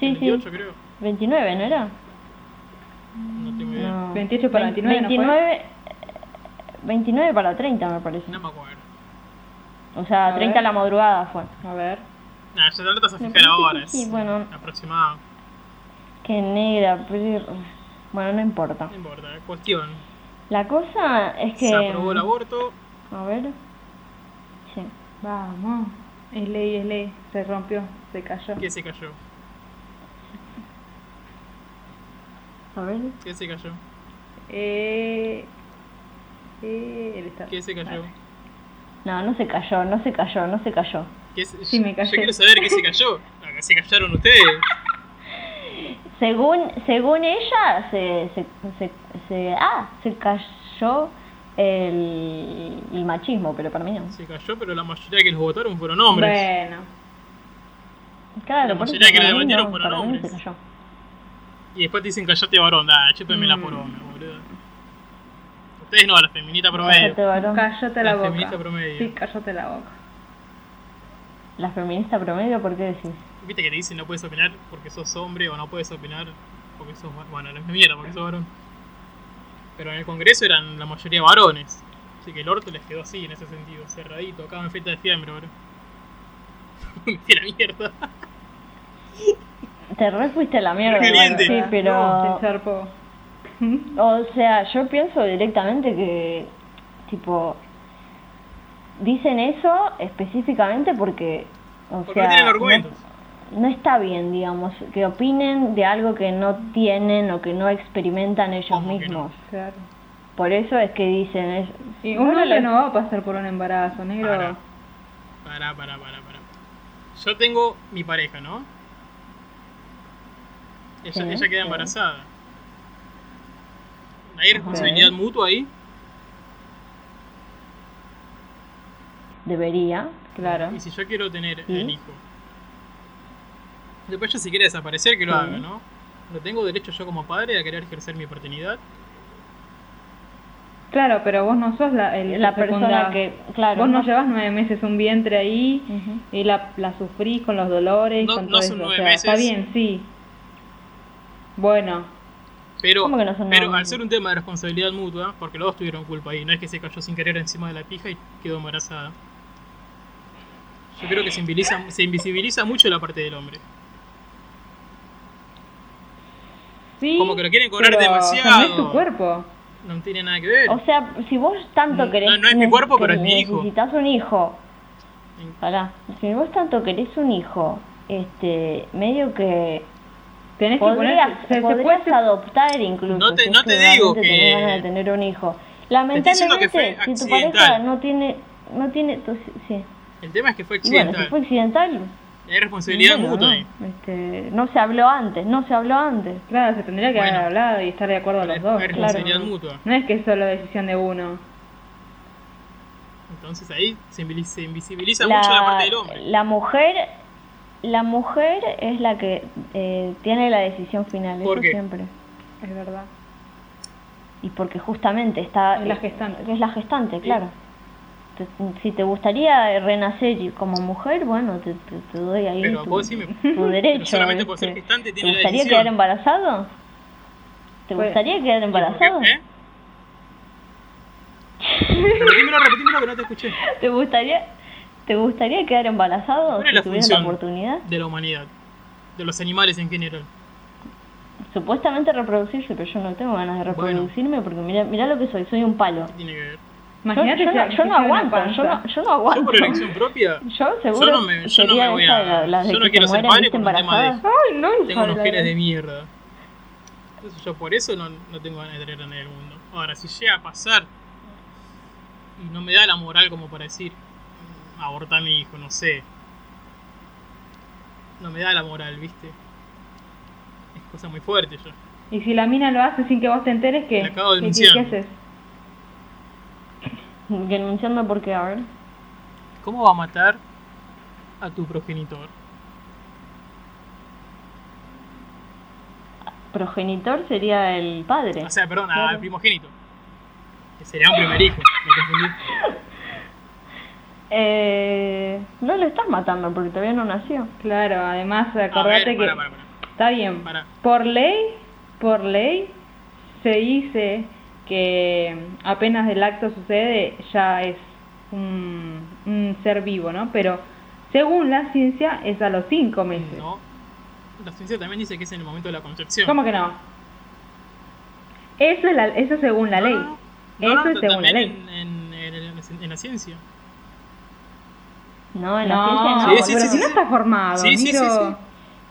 B: Sí,
A: El
B: sí.
A: 28 creo.
B: 29, ¿no era?
A: No tengo idea. No,
B: No.
C: 28 para 29, ¿no fue?
B: 29, eh, 29 para 30 me parece.
A: me acuerdo.
B: O sea,
C: A ver.
B: 30 a la madrugada fue.
C: A ver.
A: Nah, ya te vas a
B: Me
A: fijar
B: parece
A: ahora.
B: que sí,
A: es
B: bueno.
A: Aproximado.
B: Qué negra, pero... Bueno, no importa.
A: No importa. Cuestión.
B: La cosa es que...
A: Se aprobó el aborto.
B: A ver. Sí.
C: Vamos. Es ley, es ley. Se rompió, se cayó.
A: ¿Qué se cayó?
B: A ver.
A: ¿Qué se cayó?
C: Eh, eh, el estado.
A: ¿Qué se cayó?
B: No, no se cayó, no se cayó, no se cayó.
A: ¿Qué se-
C: Sí, me
A: yo-
C: callé.
A: Yo quiero saber qué se
B: [LAUGHS]
A: cayó. Ah, ¿Se callaron ustedes?
B: Según, según ella, se, se, se, se- ah, se cayó el, el machismo, pero para mí no.
A: Se cayó, pero la mayoría que los votaron fueron hombres.
C: Bueno.
B: Claro,
A: La
B: por eso
A: mayoría que
B: para
A: la
B: mí
A: debatieron
B: no,
A: fueron
B: para mí no se
A: hombres.
B: cayó.
A: Y después te dicen callate varón. Ah, chúpame la
C: Mm.
A: poronga, boludo. Ustedes no, la feminita promedio.
B: Cállate, varón.
C: Cállate la
A: La
C: boca.
A: feminista promedio.
C: Sí, cállate la boca.
B: La feminista promedio, ¿por qué decís?
A: Viste que te dicen no puedes opinar porque sos hombre o no puedes opinar porque sos varón. Bueno, no es mierda porque sos varón. Pero en el Congreso eran la mayoría varones. Así que el orto les quedó así en ese sentido, cerradito, acá en fiesta de fiambre, bro. [LAUGHS] Fui la mierda.
B: Te re fuiste a la mierda.
A: Caliente.
B: Sí, pero...
C: No, se zarpó.
B: O sea, yo pienso directamente que, tipo, dicen eso específicamente porque, o
A: Porque
B: sea,
A: no tienen argumentos.
B: No, no está bien, digamos, que opinen de algo que no tienen o que no experimentan ellos
A: ¿Cómo que no?
B: mismos.
C: Claro.
B: Por eso es que dicen eso.
C: Y un hombre
B: lo-
C: no va a pasar por un embarazo, negro.
A: Pará. Pará, pará, pará, pará. Yo tengo mi pareja, ¿no? Ella,
B: Sí,
A: ella queda
B: sí.
A: embarazada. ¿Hay responsabilidad mutua ahí?
B: debería, claro.
A: Y si yo quiero tener
B: Sí.
A: el hijo. Después yo si quiere desaparecer, que lo
B: Sí.
A: haga, ¿no? No tengo derecho yo como padre a querer ejercer mi paternidad.
C: Claro, pero vos no sos la, el-
B: La persona
C: fecunda-
B: que, claro.
C: Vos no llevas nueve meses un vientre ahí
B: Ujú.
C: y la, la sufrís con los dolores,
A: No-
C: con
A: no
C: todo
A: son
C: eso. O
A: nueve
C: sea, está
A: meses.
C: bien, sí. Bueno,
A: Pero,
B: ¿Cómo que no son
A: pero
B: novios?
A: al ser un tema de responsabilidad mutua, porque los dos tuvieron culpa ahí, no es que se cayó sin querer encima de la pija y quedó embarazada. Yo creo que se invisibiliza, se invisibiliza mucho la parte del hombre.
C: sí.
A: Como que lo quieren cobrar
C: pero
A: demasiado.
C: No es tu cuerpo.
A: No tiene nada que ver.
B: O sea, si vos tanto
A: No,
B: querés.
A: no es mi cuerpo, pero es mi hijo.
B: Necesitas un hijo.
A: En-
B: Pará. Si vos tanto querés un hijo, este, medio que.
C: Tenés
B: Podrías,
C: que poner. se- se
B: podrías
C: puede-
B: adoptar incluso.
A: No te-
B: si es
A: no te digo
B: realmente
A: que-
B: tenés ganas de tener un hijo.
A: diciendo que
B: Lamentablemente,
A: fue
B: si tu
A: accidental.
B: pareja no tiene. No tiene. tu- sí.
A: El tema es que fue
B: Y bueno, si
A: accidental.
B: fue accidental.
A: Hay responsabilidad
B: bueno,
A: mutua
B: no,
A: ahí.
B: este, no se habló antes, no se habló antes.
C: Claro, se tendría que
A: Bueno.
C: haber hablado y estar de acuerdo los
A: Hay
C: dos.
A: responsabilidad
C: claro.
A: mutua.
C: No es que es solo decisión de uno.
A: Entonces ahí se invili- se invisibiliza mucho la parte del hombre.
B: la mujer la mujer es la que eh, tiene la decisión final
A: ¿Por
B: eso
A: qué?
B: siempre
C: Es verdad.
B: y porque justamente está
C: Es la gestante.
B: es la gestante claro Te- si te gustaría renacer y- como mujer bueno te, te- te doy ahí
A: Pero
B: tu,
A: vos sí me-
B: tu derecho
A: solamente por ser
B: este.
A: gestante
B: te
A: tiene la
B: gustaría
A: decisión.
B: quedar embarazado te
C: Pues-
B: gustaría quedar embarazado
A: ¿Por qué? ¿Eh? repetímelo, repetímelo que no te escuché.
B: te gustaría te gustaría quedar embarazado
A: ¿Cuál es la
B: si tuvieras la
A: función?
B: oportunidad
A: De la humanidad. De los animales en general.
B: supuestamente reproducirse, pero yo no tengo ganas de
A: Bueno.
B: reproducirme porque mira mira lo que soy, soy un palo.
A: ¿Qué tiene que ver?
C: Imagínate
B: yo, yo
C: si
B: no, yo
C: si
B: no
C: tiene una
B: aguanto, yo no,
C: panza.
B: yo no aguanto.
A: Yo por elección propia.
B: Yo seguro
A: Yo no me, yo no
B: sería
A: me voy
B: esa de
A: a.
B: la- las de
A: yo no
B: que
A: quiero
B: se
A: ser
B: mueren,
A: padre
B: viste,
A: por un tema de.
B: embarazadas.
C: Ay, no, hija
A: Tengo
C: de
A: unos
C: la
A: genes
C: gran-
A: de mierda. Entonces yo por eso no, no tengo ganas de tener a nadie al mundo. Ahora, si llega a pasar y no me da la moral como para decir "Mm, aborta a mi hijo, no sé. No me da la moral, viste. Es cosa muy fuerte yo.
C: Y si la mina lo hace sin que vos te enteres, ¿qué?
A: La acabo de
C: ¿Qué-
A: denunciar.
C: ¿Qué, qué haces?
B: Que Denunciando porque, a ver,
A: ¿Cómo va a matar a tu progenitor?
B: progenitor sería el padre.
A: O sea, perdón, al
B: Claro.
A: primogénito. Que sería un primer hijo, me confundí.
B: Eh, no lo estás matando porque todavía no nació.
C: Claro, además,
A: A ver,
C: acordate que.
A: pará, pará, pará.
C: Está bien.
A: Pará.
C: Por ley, por ley, se dice que apenas el acto sucede ya es un, un ser vivo, ¿no? Pero según la ciencia es a los cinco meses.
A: No. La ciencia también dice que es en el momento de la concepción.
C: ¿Cómo que no? Eso es la, eso según la
A: No,
C: ley.
A: no, no. No,
C: eso
A: Ah, no,
C: es
A: ta-
C: según la
A: también
C: ley.
A: En, en- en el- en el en la ciencia.
B: No, en la ciencia
C: No,
B: no.
A: Sí, sí,
C: pero
A: sí,
B: boludo.
C: si no
A: sí.
C: está formado,
A: Sí, sí, sí,
C: miro,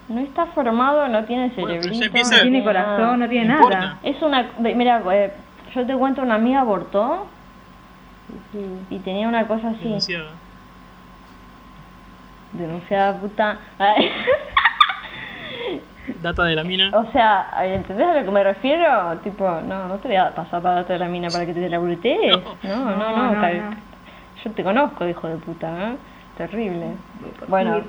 B: No está formado, no tiene
A: Bueno, pero ya
B: cerebrito,
A: empieza-
C: no tiene
B: nada.
C: corazón, no tiene
A: No
C: nada.
A: importa.
B: Es una. de- Mira, eh, yo te cuento, una amiga abortó y, y tenía una cosa así.
A: Denunciada.
B: Denunciada puta.
A: [LAUGHS] Data de la mina.
B: o sea, ¿entendés a lo que me refiero? Tipo, no, no te voy a pasar para darte la mina para que te la brutees. No, no, no,
C: No, no,
B: cal-
C: no.
B: Yo te conozco, hijo de puta, ¿eh? Terrible. Bueno,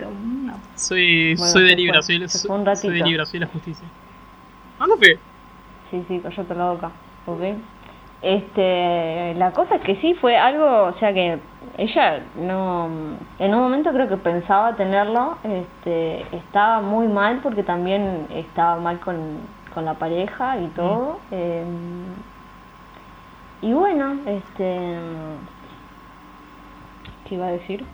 C: No.
A: Soy,
B: Bueno,
A: soy de
B: se
A: Libra,
B: fue,
A: soy,
B: se
A: soy-
B: fue un ratito.
A: soy de Libra, soy de la justicia. ¿A ¿Dónde fue?
B: Sí, sí, te la boca, ¿ok? Este, la cosa es que sí fue algo, o sea que ella no, en un momento creo que pensaba tenerlo, este, estaba muy mal porque también estaba mal con, con la pareja y todo, eh, y bueno, este, ¿qué iba a decir?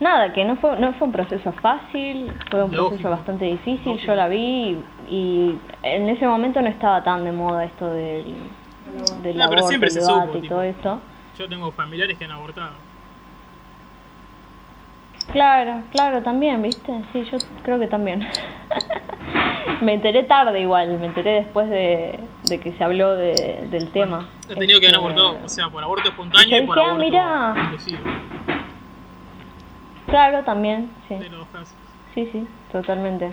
B: Nada, que no fue, no fue un proceso fácil, fue un
A: Lógico.
B: proceso bastante difícil,
A: Lógico.
B: yo la vi y, y en ese momento no estaba tan de moda esto del, del
A: No, pero
B: aborto,
A: siempre
B: el
A: se supo,
B: debate y
A: tipo.
B: todo esto.
A: Yo tengo familiares que han abortado.
B: Claro, claro, también, ¿viste? Sí, yo creo que también. [LAUGHS] me enteré tarde igual, me enteré después de, de que se habló de- del tema.
A: He tenido que haber
B: Este,
A: abortado, o sea, por aborto espontáneo y
B: Ustedes
A: por
B: ya,
A: aborto
B: mirá.
A: inducido.
B: Claro, también, sí,
A: De los dos casos.
B: sí, sí, totalmente.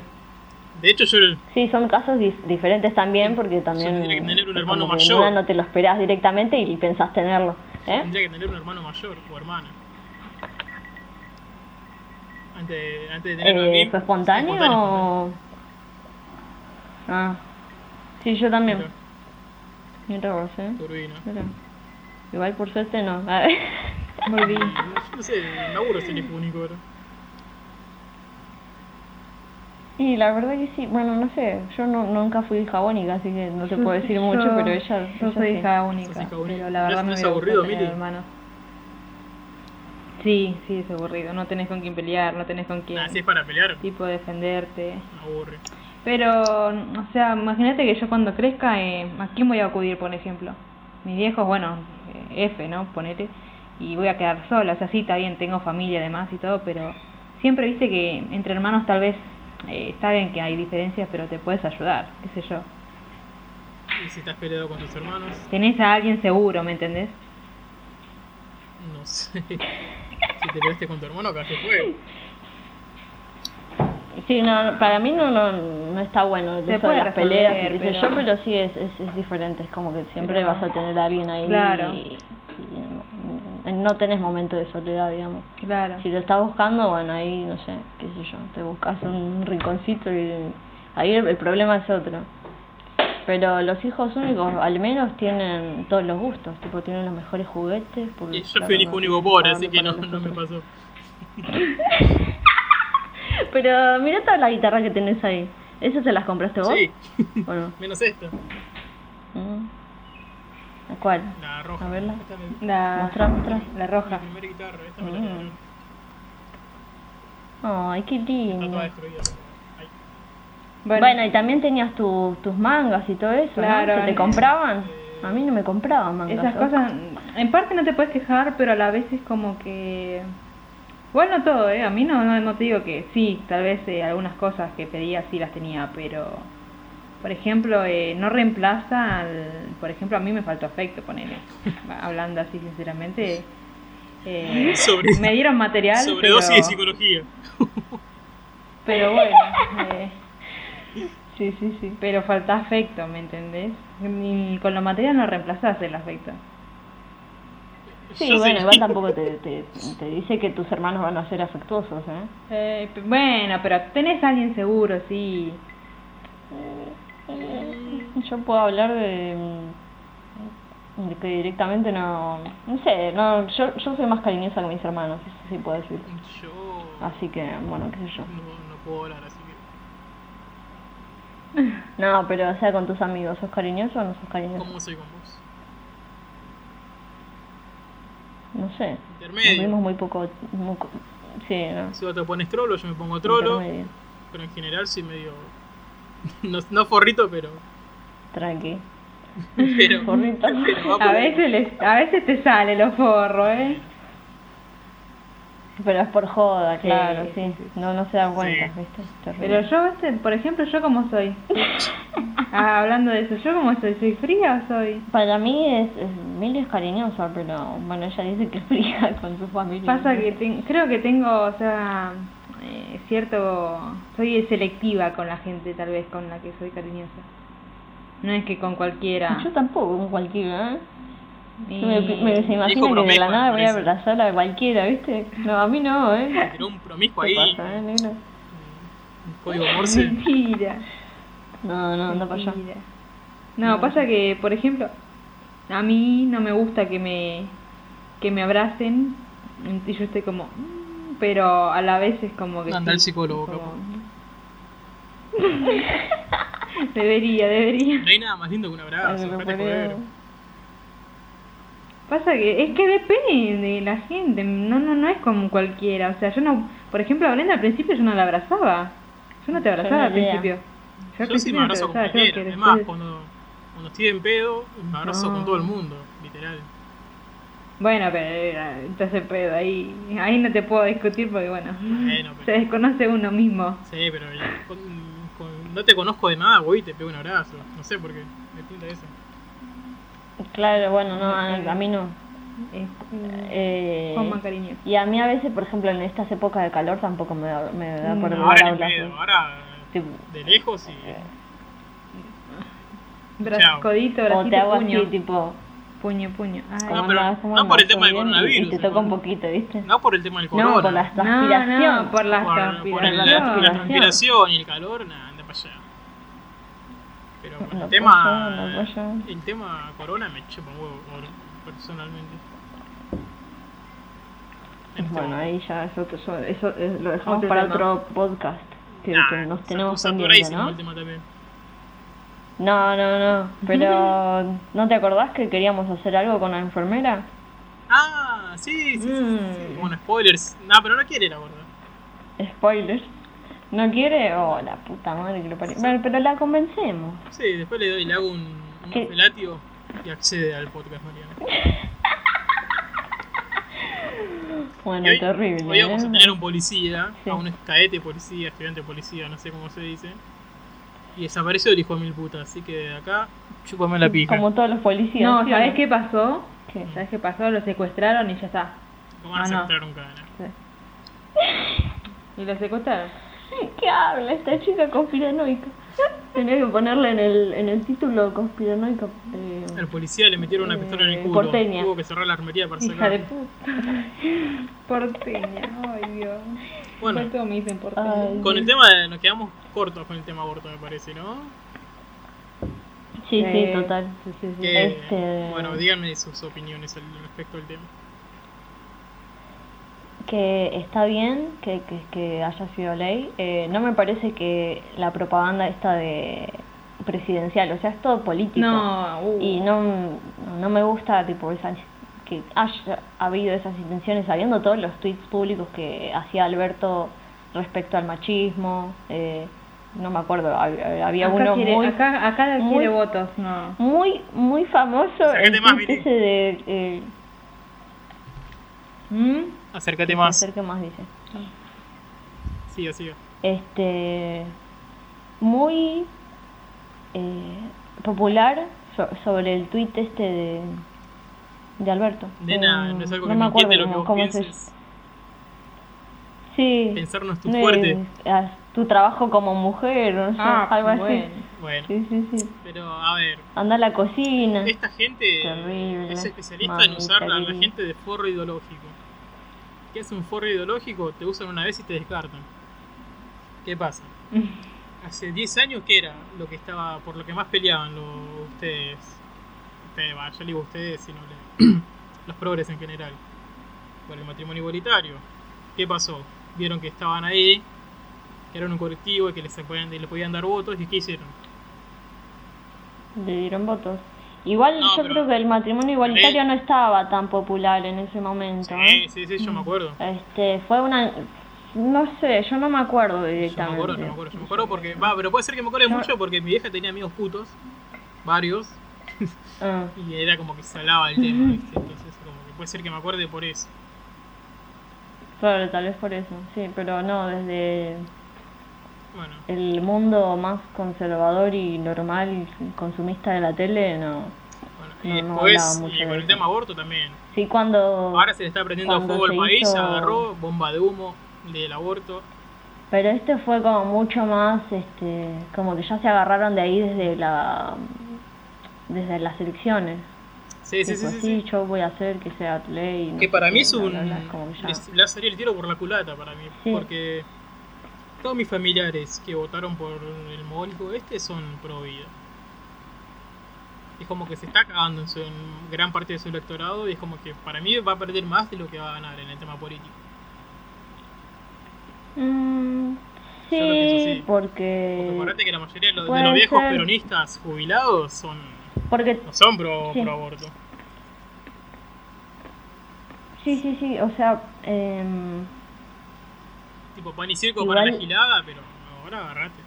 A: De hecho, yo
B: Sí, son casos dif- diferentes también porque también
A: tiene que tener un
B: como
A: hermano
B: que
A: mayor.
B: una no te lo esperás directamente y pensás tenerlo. ¿eh?
A: tendría que tener un hermano mayor o hermana. Antes de, antes de tenerlo a
B: Eh,
A: mí,
B: ¿Fue espontáneo,
A: espontáneo.
B: o...? Ah, sí, yo también.
A: Mira,
B: Mira vos, ¿eh?
A: turbina.
B: Mira. Igual por suerte no. A ver. [LAUGHS]
C: Volví.
A: Y, No sé, me aburro ser hijo único ahora.
B: Y la verdad que sí, bueno, no sé, yo no, nunca fui hija única, así que no te puedo decir
C: Yo-
B: mucho, pero ella...
C: Yo
B: ella
C: soy
B: sí.
C: hija
A: Sos
C: única,
A: hija única.
C: pero la
A: ¿No
C: verdad
A: es-
C: me
A: no es
C: hubiera
A: aburrido,
C: gustado tener
A: Mili?
C: hermanos. Sí, sí, es aburrido. No tenés con quién pelear, no tenés con quién
A: Nah, si es para pelear,
C: tipo defenderte.
A: me aburre.
C: Pero, o sea, imagínate que yo cuando crezca, eh, ¿a quién voy a acudir, por ejemplo? Mis viejos, bueno, eh, F, ¿no? Ponete. Y voy a quedar sola. O sea, sí, está bien, tengo familia además y todo, pero siempre viste que entre hermanos tal vez eh, está bien que hay diferencias, pero te puedes ayudar, qué sé yo.
A: Y si estás peleado con tus hermanos,
C: Tenés a alguien seguro, ¿me entendés?
A: no sé. [LAUGHS] si te peleaste con tu hermano, cagaste fuego.
B: Sí, no, para mí no, no, no está bueno
C: Se
B: eso
C: puede
B: de las peleas, y
C: resolver,
B: qué sé
C: pero-
B: yo, pero sí es, es, es diferente, es como que siempre
C: Pero-
B: vas a tener a alguien ahí
C: Claro.
B: y, y no, no tenés momento de soledad, digamos.
C: Claro.
B: Si lo estás buscando, bueno, ahí, no sé, qué sé yo, te buscas un rinconcito y ahí el, el problema es otro. Pero los hijos únicos al menos tienen todos los gustos, tipo tienen los mejores juguetes. porque,
A: Y yo fui
B: claro,
A: el hijo
B: no- Ah,
A: único pobre,
B: no
A: así
B: hablo
A: que
B: para
A: no,
B: los
A: no me
B: otros.
A: pasó.
B: Pero mira toda la guitarra que tenés ahí. ¿Esas se las compraste vos?
A: Sí,
B: ¿O no?
A: menos esta,
B: Mm. ¿La ¿Cuál?
A: la roja.
B: A verla.
A: Esta es mi-
C: La,
B: Mostrá, mostrá.
C: la
A: mi
C: roja.
A: primera guitarra, esta me la
B: Mm.
A: regalaron.
B: Ay, qué
A: Está
B: lindo.
A: toda destruida.
B: [LAUGHS]
A: Ay,
B: Bueno, y también tenías tu- tus mangas y todo eso, ¿no?
C: Claro,
B: ¿Que te
C: eh.
B: compraban? A mí no me compraban mangas.
C: Esas
B: ¿o?
C: cosas, en parte no te puedes quejar, pero a la vez es como que... Bueno, todo, ¿eh? A mí no, no, no te digo que sí, tal vez eh, algunas cosas que pedía sí las tenía, pero... Por ejemplo, eh, no reemplaza al... Por ejemplo, a mí me faltó afecto, [LAUGHS] ponele. Hablando así [LAUGHS] sinceramente... eh,
A: Sobre-
C: me dieron material,
A: Sobredosis de
C: pero-
A: psicología.
C: pero bueno, eh, sí, sí, sí. Pero falta afecto, ¿me entendés? Ni- con lo material no reemplazás el afecto.
B: Sí,
A: Yo
B: bueno,
A: sé-
B: igual
C: [LAUGHS]
B: tampoco te, te, te dice que tus hermanos van a ser afectuosos, ¿eh?
C: Eh, p- bueno, pero tenés a alguien seguro, sí.
B: Yo puedo hablar de, de que directamente no... No sé, no, yo, yo soy más cariñosa que mis hermanos, eso sí puedo decir.
A: Yo
B: Así que, bueno, qué sé yo.
A: no, no puedo hablar, así que.
B: No, pero o sea, con tus amigos, ¿sos cariñoso o no sos cariñoso?
A: ¿Cómo soy con vos?
B: No sé. Nos
A: Intermedio.
B: vimos muy poco... Muy, co- sí, no.
A: Si vos te pones trolo, yo me pongo trolo.
B: intermedio.
A: [LAUGHS] Pero en general soy medio. No, no forrito, pero.
B: Tranqui. [LAUGHS]
A: Pero,
B: Porrito.
A: pero va por
C: A
A: ahí.
C: veces, les, a veces te sale los forros, ¿eh?
B: Pero es por joda,
C: Sí,
B: claro,
C: sí,
B: sí.
C: sí.
B: No, no se dan cuenta,
A: Sí.
B: ¿viste? Es terrible.
C: Pero yo, ¿viste? por ejemplo, ¿yo cómo
B: [LAUGHS]
C: soy? Ah, hablando de eso, ¿yo cómo soy? ¿Soy fría o soy...?
B: Para mí es, es Mili es cariñosa, pero bueno, ella dice que [LAUGHS] es fría con su familia.
C: Pasa que ten- creo que tengo, o sea, eh, cierto, soy selectiva con la gente tal vez con la que soy cariñosa. No es que con cualquiera.
B: Yo tampoco, con cualquiera, ¿eh?
C: Y-
B: Yo me, me imagino que de
A: promiscua,
B: la nada
A: me
B: voy a
A: parece.
B: abrazar a cualquiera, ¿viste? No, a mí no, ¿eh?
A: Tiró un promiscuo
B: ¿Qué
A: ahí.
B: pasa, eh, negro?
A: Un código
B: [LAUGHS]
A: morse.
C: [LAUGHS] Mentira.
B: No, no, anda para allá.
C: mentira. No, pasa que, por ejemplo, a mí no me gusta que me que me abracen y yo estoy como, "Mm", pero a la vez es como que
A: Anda
C: sí,
A: al psicólogo,
C: como-
A: capaz.
C: [LAUGHS] Debería, debería.
A: No hay nada más lindo que un abrazo.
B: Ay, Eh, me
A: dejate
B: pareo.
A: joder.
C: Pasa que es que depende de la gente, no no no es como cualquiera, o sea, yo no, por ejemplo, a Brenda al principio yo no la abrazaba. Yo no te abrazaba
B: no
C: al
B: le daba.
C: principio.
A: Yo,
C: al
A: sí
C: principio
A: me
C: no te
A: abrazo con
C: abrazaba, creo
A: cualquiera.
C: que
A: Es más,
C: después-
A: cuando, cuando estoy en pedo, me abrazo con
B: Ah.
C: No.
A: todo el mundo, literal.
C: Bueno, pero eh, entonces pedo, ahí, ahí no te puedo discutir porque bueno,
A: Bueno,
C: [LAUGHS] se
A: pero,
C: desconoce uno mismo.
A: sí, pero el- con- con- no te conozco de nada, güey, te pego un abrazo. No sé por qué. Me pinta eso.
B: Claro, bueno, no, a, a mí no.
C: Es
B: Eh,
C: Este, con más cariño.
B: y a mí a veces, por ejemplo, en estas épocas de calor tampoco me da, me da por
C: No,
B: dar
A: ahora ¿eh? ni
B: abrazos.
A: pedo, ahora
B: Tipo,
A: de lejos y.
B: Eh.
C: Brazo,
A: Chao.
C: codito,
B: o te
C: bracito,
B: hago
C: puño.
B: así, tipo,
C: Puño, puño. Ay,
B: ¿cómo
A: No, pero
B: andás? ¿Cómo
A: no por el
B: andás?
A: tema del
B: ¿Todo bien?
A: coronavirus,
B: Y te toca un
A: ¿no?
B: poquito, ¿viste?
A: No por el tema del corona.
B: No, por la transpiración.
C: No, no, por la
A: por, por el- la,
C: transpiración.
A: la transpiración y el calor, nada, anda para allá. Pero por
B: No,
A: el
B: no
A: tema,
B: puedo, no puedo.
A: el tema corona me chupa un huevo por- personalmente. En este
B: Bueno,
A: momento.
B: ahí ya es otro, eso, eso, eh, lo dejamos
C: Otro
B: para
C: tema.
B: otro podcast que,
A: Nah,
B: que nos
A: satu-
B: tenemos pendiente,
A: saturadísimo
B: ¿no?
A: el tema también.
B: No, no, no.
A: [LAUGHS]
B: Pero ¿no te acordás que queríamos hacer algo con la enfermera?
A: Ah, sí, sí, sí, sí, sí.
B: Mm.
A: Bueno, spoilers. No, pero no quiere la gorda.
B: Spoilers. ¿No quiere? Oh, la puta madre que lo parió. Bueno, pero la convencemos.
A: Sí, después le doy, le hago un, un
B: ¿Qué?
A: felatio y accede al podcast, Mariana.
B: Bueno,
A: Y hoy-
B: terrible.
A: Hoy vamos a
B: ¿eh?
A: tener a un policía,
B: Sí.
A: a un cadete policía, estudiante policía, no sé cómo se dice. Y desapareció el hijo de mil putas, así que de acá, chúpame la pica.
B: Como todos los policías.
C: No,
B: ¿sí o
C: ¿sabes qué pasó?
B: ¿Qué?
C: ¿Sabes qué pasó? Lo secuestraron y ya está.
A: Lo van a
C: Ah, no.
A: secuestrar un cadena.
C: Y lo secuestraron.
B: ¿Qué habla esta chica
C: [LAUGHS]
B: conspiranoica? Tenía que ponerle en el, en el título conspiranoica. eh,
A: Al policía le metieron una
B: Eh,
A: pistola en el culo.
B: porteña.
A: Tuvo que cerrar la armería para
C: Hija de
A: sacar.
C: puta. Porteña, ay Dios.
A: Bueno,
C: ¿Cuánto me dicen porteña?
B: Ay.
A: con el tema de, nos quedamos cortos con el tema aborto, me parece, ¿no?
B: sí, sí,
C: Eh,
B: total.
C: sí, sí, sí.
A: Que,
B: Este-
A: Bueno, díganme sus opiniones al respecto al tema.
B: que está bien que, que, que haya sido ley. Eh, no me parece que la propaganda esta de presidencial, o sea, es todo político.
C: No, uh.
B: Y no, no me gusta tipo esa- que haya habido esas intenciones, sabiendo todos los tweets públicos que hacía Alberto respecto al machismo. eh, no me acuerdo, hab- había
C: acá
B: uno
C: quiere,
B: muy
C: acá, acá
B: muy-
C: quiere votos, no.
B: muy muy famoso
A: Sacate
B: el
A: más,
B: tweet
A: Miri.
B: ese de eh,
C: ¿Mm?
A: Acércate
B: que
A: más.
B: se acerque más dice.
A: Siga, siga.
B: este muy eh, popular so- sobre el tuit este de, de Alberto.
A: Nena,
B: Eh,
A: no es algo
B: no
A: que
B: me
A: me
B: acuerdo
A: entiende lo que
B: cómo-
A: vos
B: cómo se-
A: pienses.
B: Sí.
A: Pensar no es tu
B: de-
A: fuerte.
B: a tu trabajo como mujer, o no sé, algo
C: Ah, bueno.
B: así.
A: Bueno,
B: Sí, sí, sí.
A: pero a ver,
B: Anda a la cocina.
A: Esta gente
B: Terrible.
A: es especialista en
B: Mamita
A: usar a la
B: querida.
A: gente de forro ideológico. ¿Qué es un forro ideológico? Te usan una vez y te descartan. ¿Qué pasa? Hace 10 años que era lo que estaba, por lo que más peleaban lo- ustedes. Ustedes, va, yo le digo ustedes, sino le- [CLEARS THROAT] los progres en general. Por el matrimonio igualitario. ¿Qué pasó? Vieron que estaban ahí, que eran un colectivo y que les podían, les podían dar votos y ¿qué hicieron?
B: [LAUGHS] Le dieron votos. Igual
A: No,
B: yo
A: pero-
B: creo que el matrimonio igualitario
A: Sí.
B: no estaba tan popular en ese momento. ¿eh?
A: Sí, sí, sí, yo me acuerdo.
B: Este, fue una... No sé, yo no me acuerdo
A: Yo me
B: directamente.
A: acuerdo, yo me acuerdo, yo me acuerdo porque. Va, pero puede ser que me acuerde mucho porque mi vieja tenía amigos putos, varios,
B: Ah,
A: Y era como que se hablaba el tema, ¿viste? Entonces, como que puede ser que me acuerde por eso.
B: claro, tal vez por eso. Sí, pero no, desde
A: Bueno,
B: el mundo más conservador y normal y consumista de la tele, no.
A: bueno.
B: No,
A: Y
B: no
A: después,
B: hablaba mucho
A: y con
B: de
A: el
B: eso.
A: tema aborto también.
B: Sí, cuando.
A: Ahora se le está prendiendo
B: Cuando
A: fuego el
B: se
A: país,
B: hizo-
A: agarró bomba de humo del aborto.
B: Pero este fue como mucho más, este, como que ya se agarraron de ahí desde la, desde las elecciones.
A: Sí, sí, sí,
B: Tipo,
A: sí.
B: sí,
A: sí.
B: yo voy a hacer que sea ley. no
A: Que
B: sé
A: para
B: qué,
A: mí es
B: bla,
A: un...
B: bla, bla, como que ya.
A: les- Le ha salido el tiro por la culata para mí.
B: Sí.
A: Porque todos mis familiares que votaron por el mogólico este son pro vida. Es como que se está cagando en, su- en gran parte de su electorado y es como que para mí va a perder más de lo que va a ganar en el tema político.
B: Mm,
A: Yo lo pienso
B: sí,
A: así. Porque
B: porque.
A: acuérdate que la mayoría de los, de
B: Puede
A: los viejos
B: ser.
A: peronistas jubilados son
B: Porque
A: no son pro,
B: Sí.
A: pro aborto.
B: sí, sí, sí, o sea, em,
A: Tipo pan y circo para la
B: Igual-
A: gilada, pero ahora agarrate.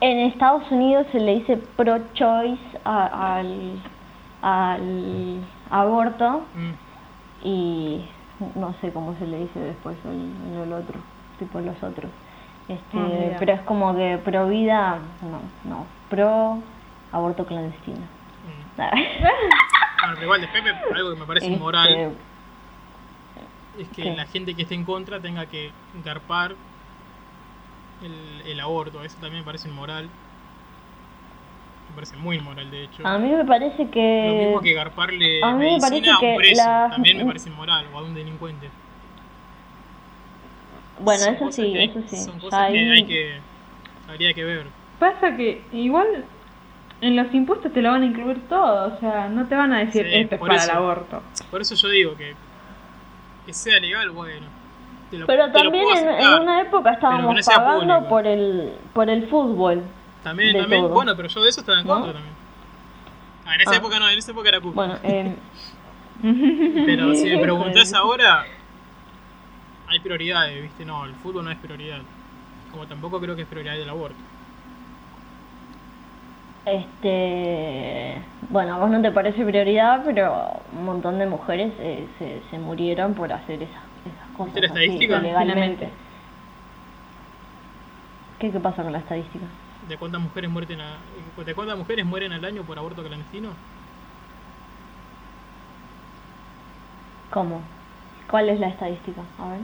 B: en Estados Unidos se le dice pro-choice a- al, al aborto
A: Mm.
B: y no sé cómo se le dice después el, el otro, tipo los otros. Este,
C: Ah, mira.
B: pero es como que pro vida, no, no, pro aborto clandestino.
A: Mm. Bueno, pero igual después me- algo que me parece
B: [LAUGHS] Este,
A: inmoral es que
B: ¿qué?
A: la gente que esté en contra tenga que garpar el, el aborto. Eso también me parece inmoral. Me parece muy inmoral, de hecho.
B: A mí me parece que...
A: Lo mismo que garparle
B: a mí me parece
A: medicina a un
B: que
A: preso.
B: la-
A: También me parece inmoral. O a un delincuente.
B: Bueno,
A: Son
B: eso
A: cosas
B: sí,
A: que hay-
B: eso sí.
A: Son
B: Ya
A: cosas que
B: ahí-
A: hay que... Habría que ver.
C: Pasa que igual en los impuestos te lo van a incluir todo, o sea, no te van a decir
A: Sí,
C: esto es
A: por
C: para el
A: eso.
C: aborto.
A: Por eso yo digo que... Que sea legal, bueno. Te lo-
B: Pero
A: te lo
B: también
A: puedo
B: en, en
A: aceptar.
B: una época estábamos
A: no sea
B: pagando
A: público.
B: por el, por el fútbol.
A: También,
B: de
A: también.
B: todo.
A: Bueno, pero yo de eso estaba en
B: ¿No?
A: contra también. Ah, en esa
B: Ah.
A: época no, en esa época era puto. [LAUGHS]
B: Bueno, em, [LAUGHS]
A: Pero si me preguntás
C: Joder.
A: ahora, hay prioridades, ¿viste? No, el fútbol no es prioridad. Como tampoco creo que es prioridad el aborto.
B: este, bueno, a vos no te parece prioridad, pero un montón de mujeres eh, se, se murieron por hacer esas, esas cosas.
A: ¿Viste la
B: así,
A: estadística?
B: ilegalmente. ¿Qué, ¿Qué pasa con la estadística?
A: ¿De cuántas mujeres mueren, a- ¿De cuántas mujeres mueren al año por aborto clandestino?
B: ¿Cómo? ¿Cuál es la estadística? A ver.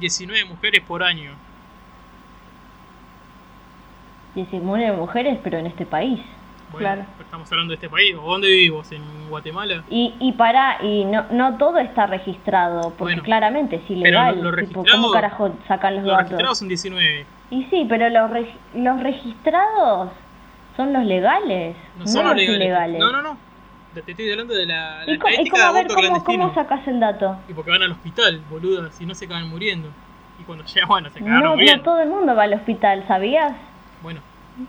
A: 19 mujeres por año.
B: 19 mujeres, pero en este país.
A: Bueno,
C: Claro.
A: pero estamos hablando de este país. ¿O dónde vivimos? ¿En Guatemala?
B: Y, y para, y no, no todo está registrado, porque
A: Bueno,
B: claramente es ilegal.
A: lo- lo
B: tipo,
A: registrado-
B: ¿Cómo carajo sacan los,
A: Los
B: datos?
A: registrados son 19.
B: Y sí, pero los, reg- los registrados son los legales,
A: No, son los legales.
B: ilegales.
A: No, no, no. Te te estoy hablando de la, la
B: Y, co- y
A: estadística
B: como
A: de
B: a ver,
A: aborto
B: ¿cómo,
A: clandestino.
B: ¿cómo sacas el dato?
A: Y porque van al hospital, boluda, si no se acaban muriendo. Y cuando [LAUGHS] llegan, bueno, se cagaron
B: No,
A: bien.
B: no todo el mundo va al hospital, ¿sabías?
A: Bueno,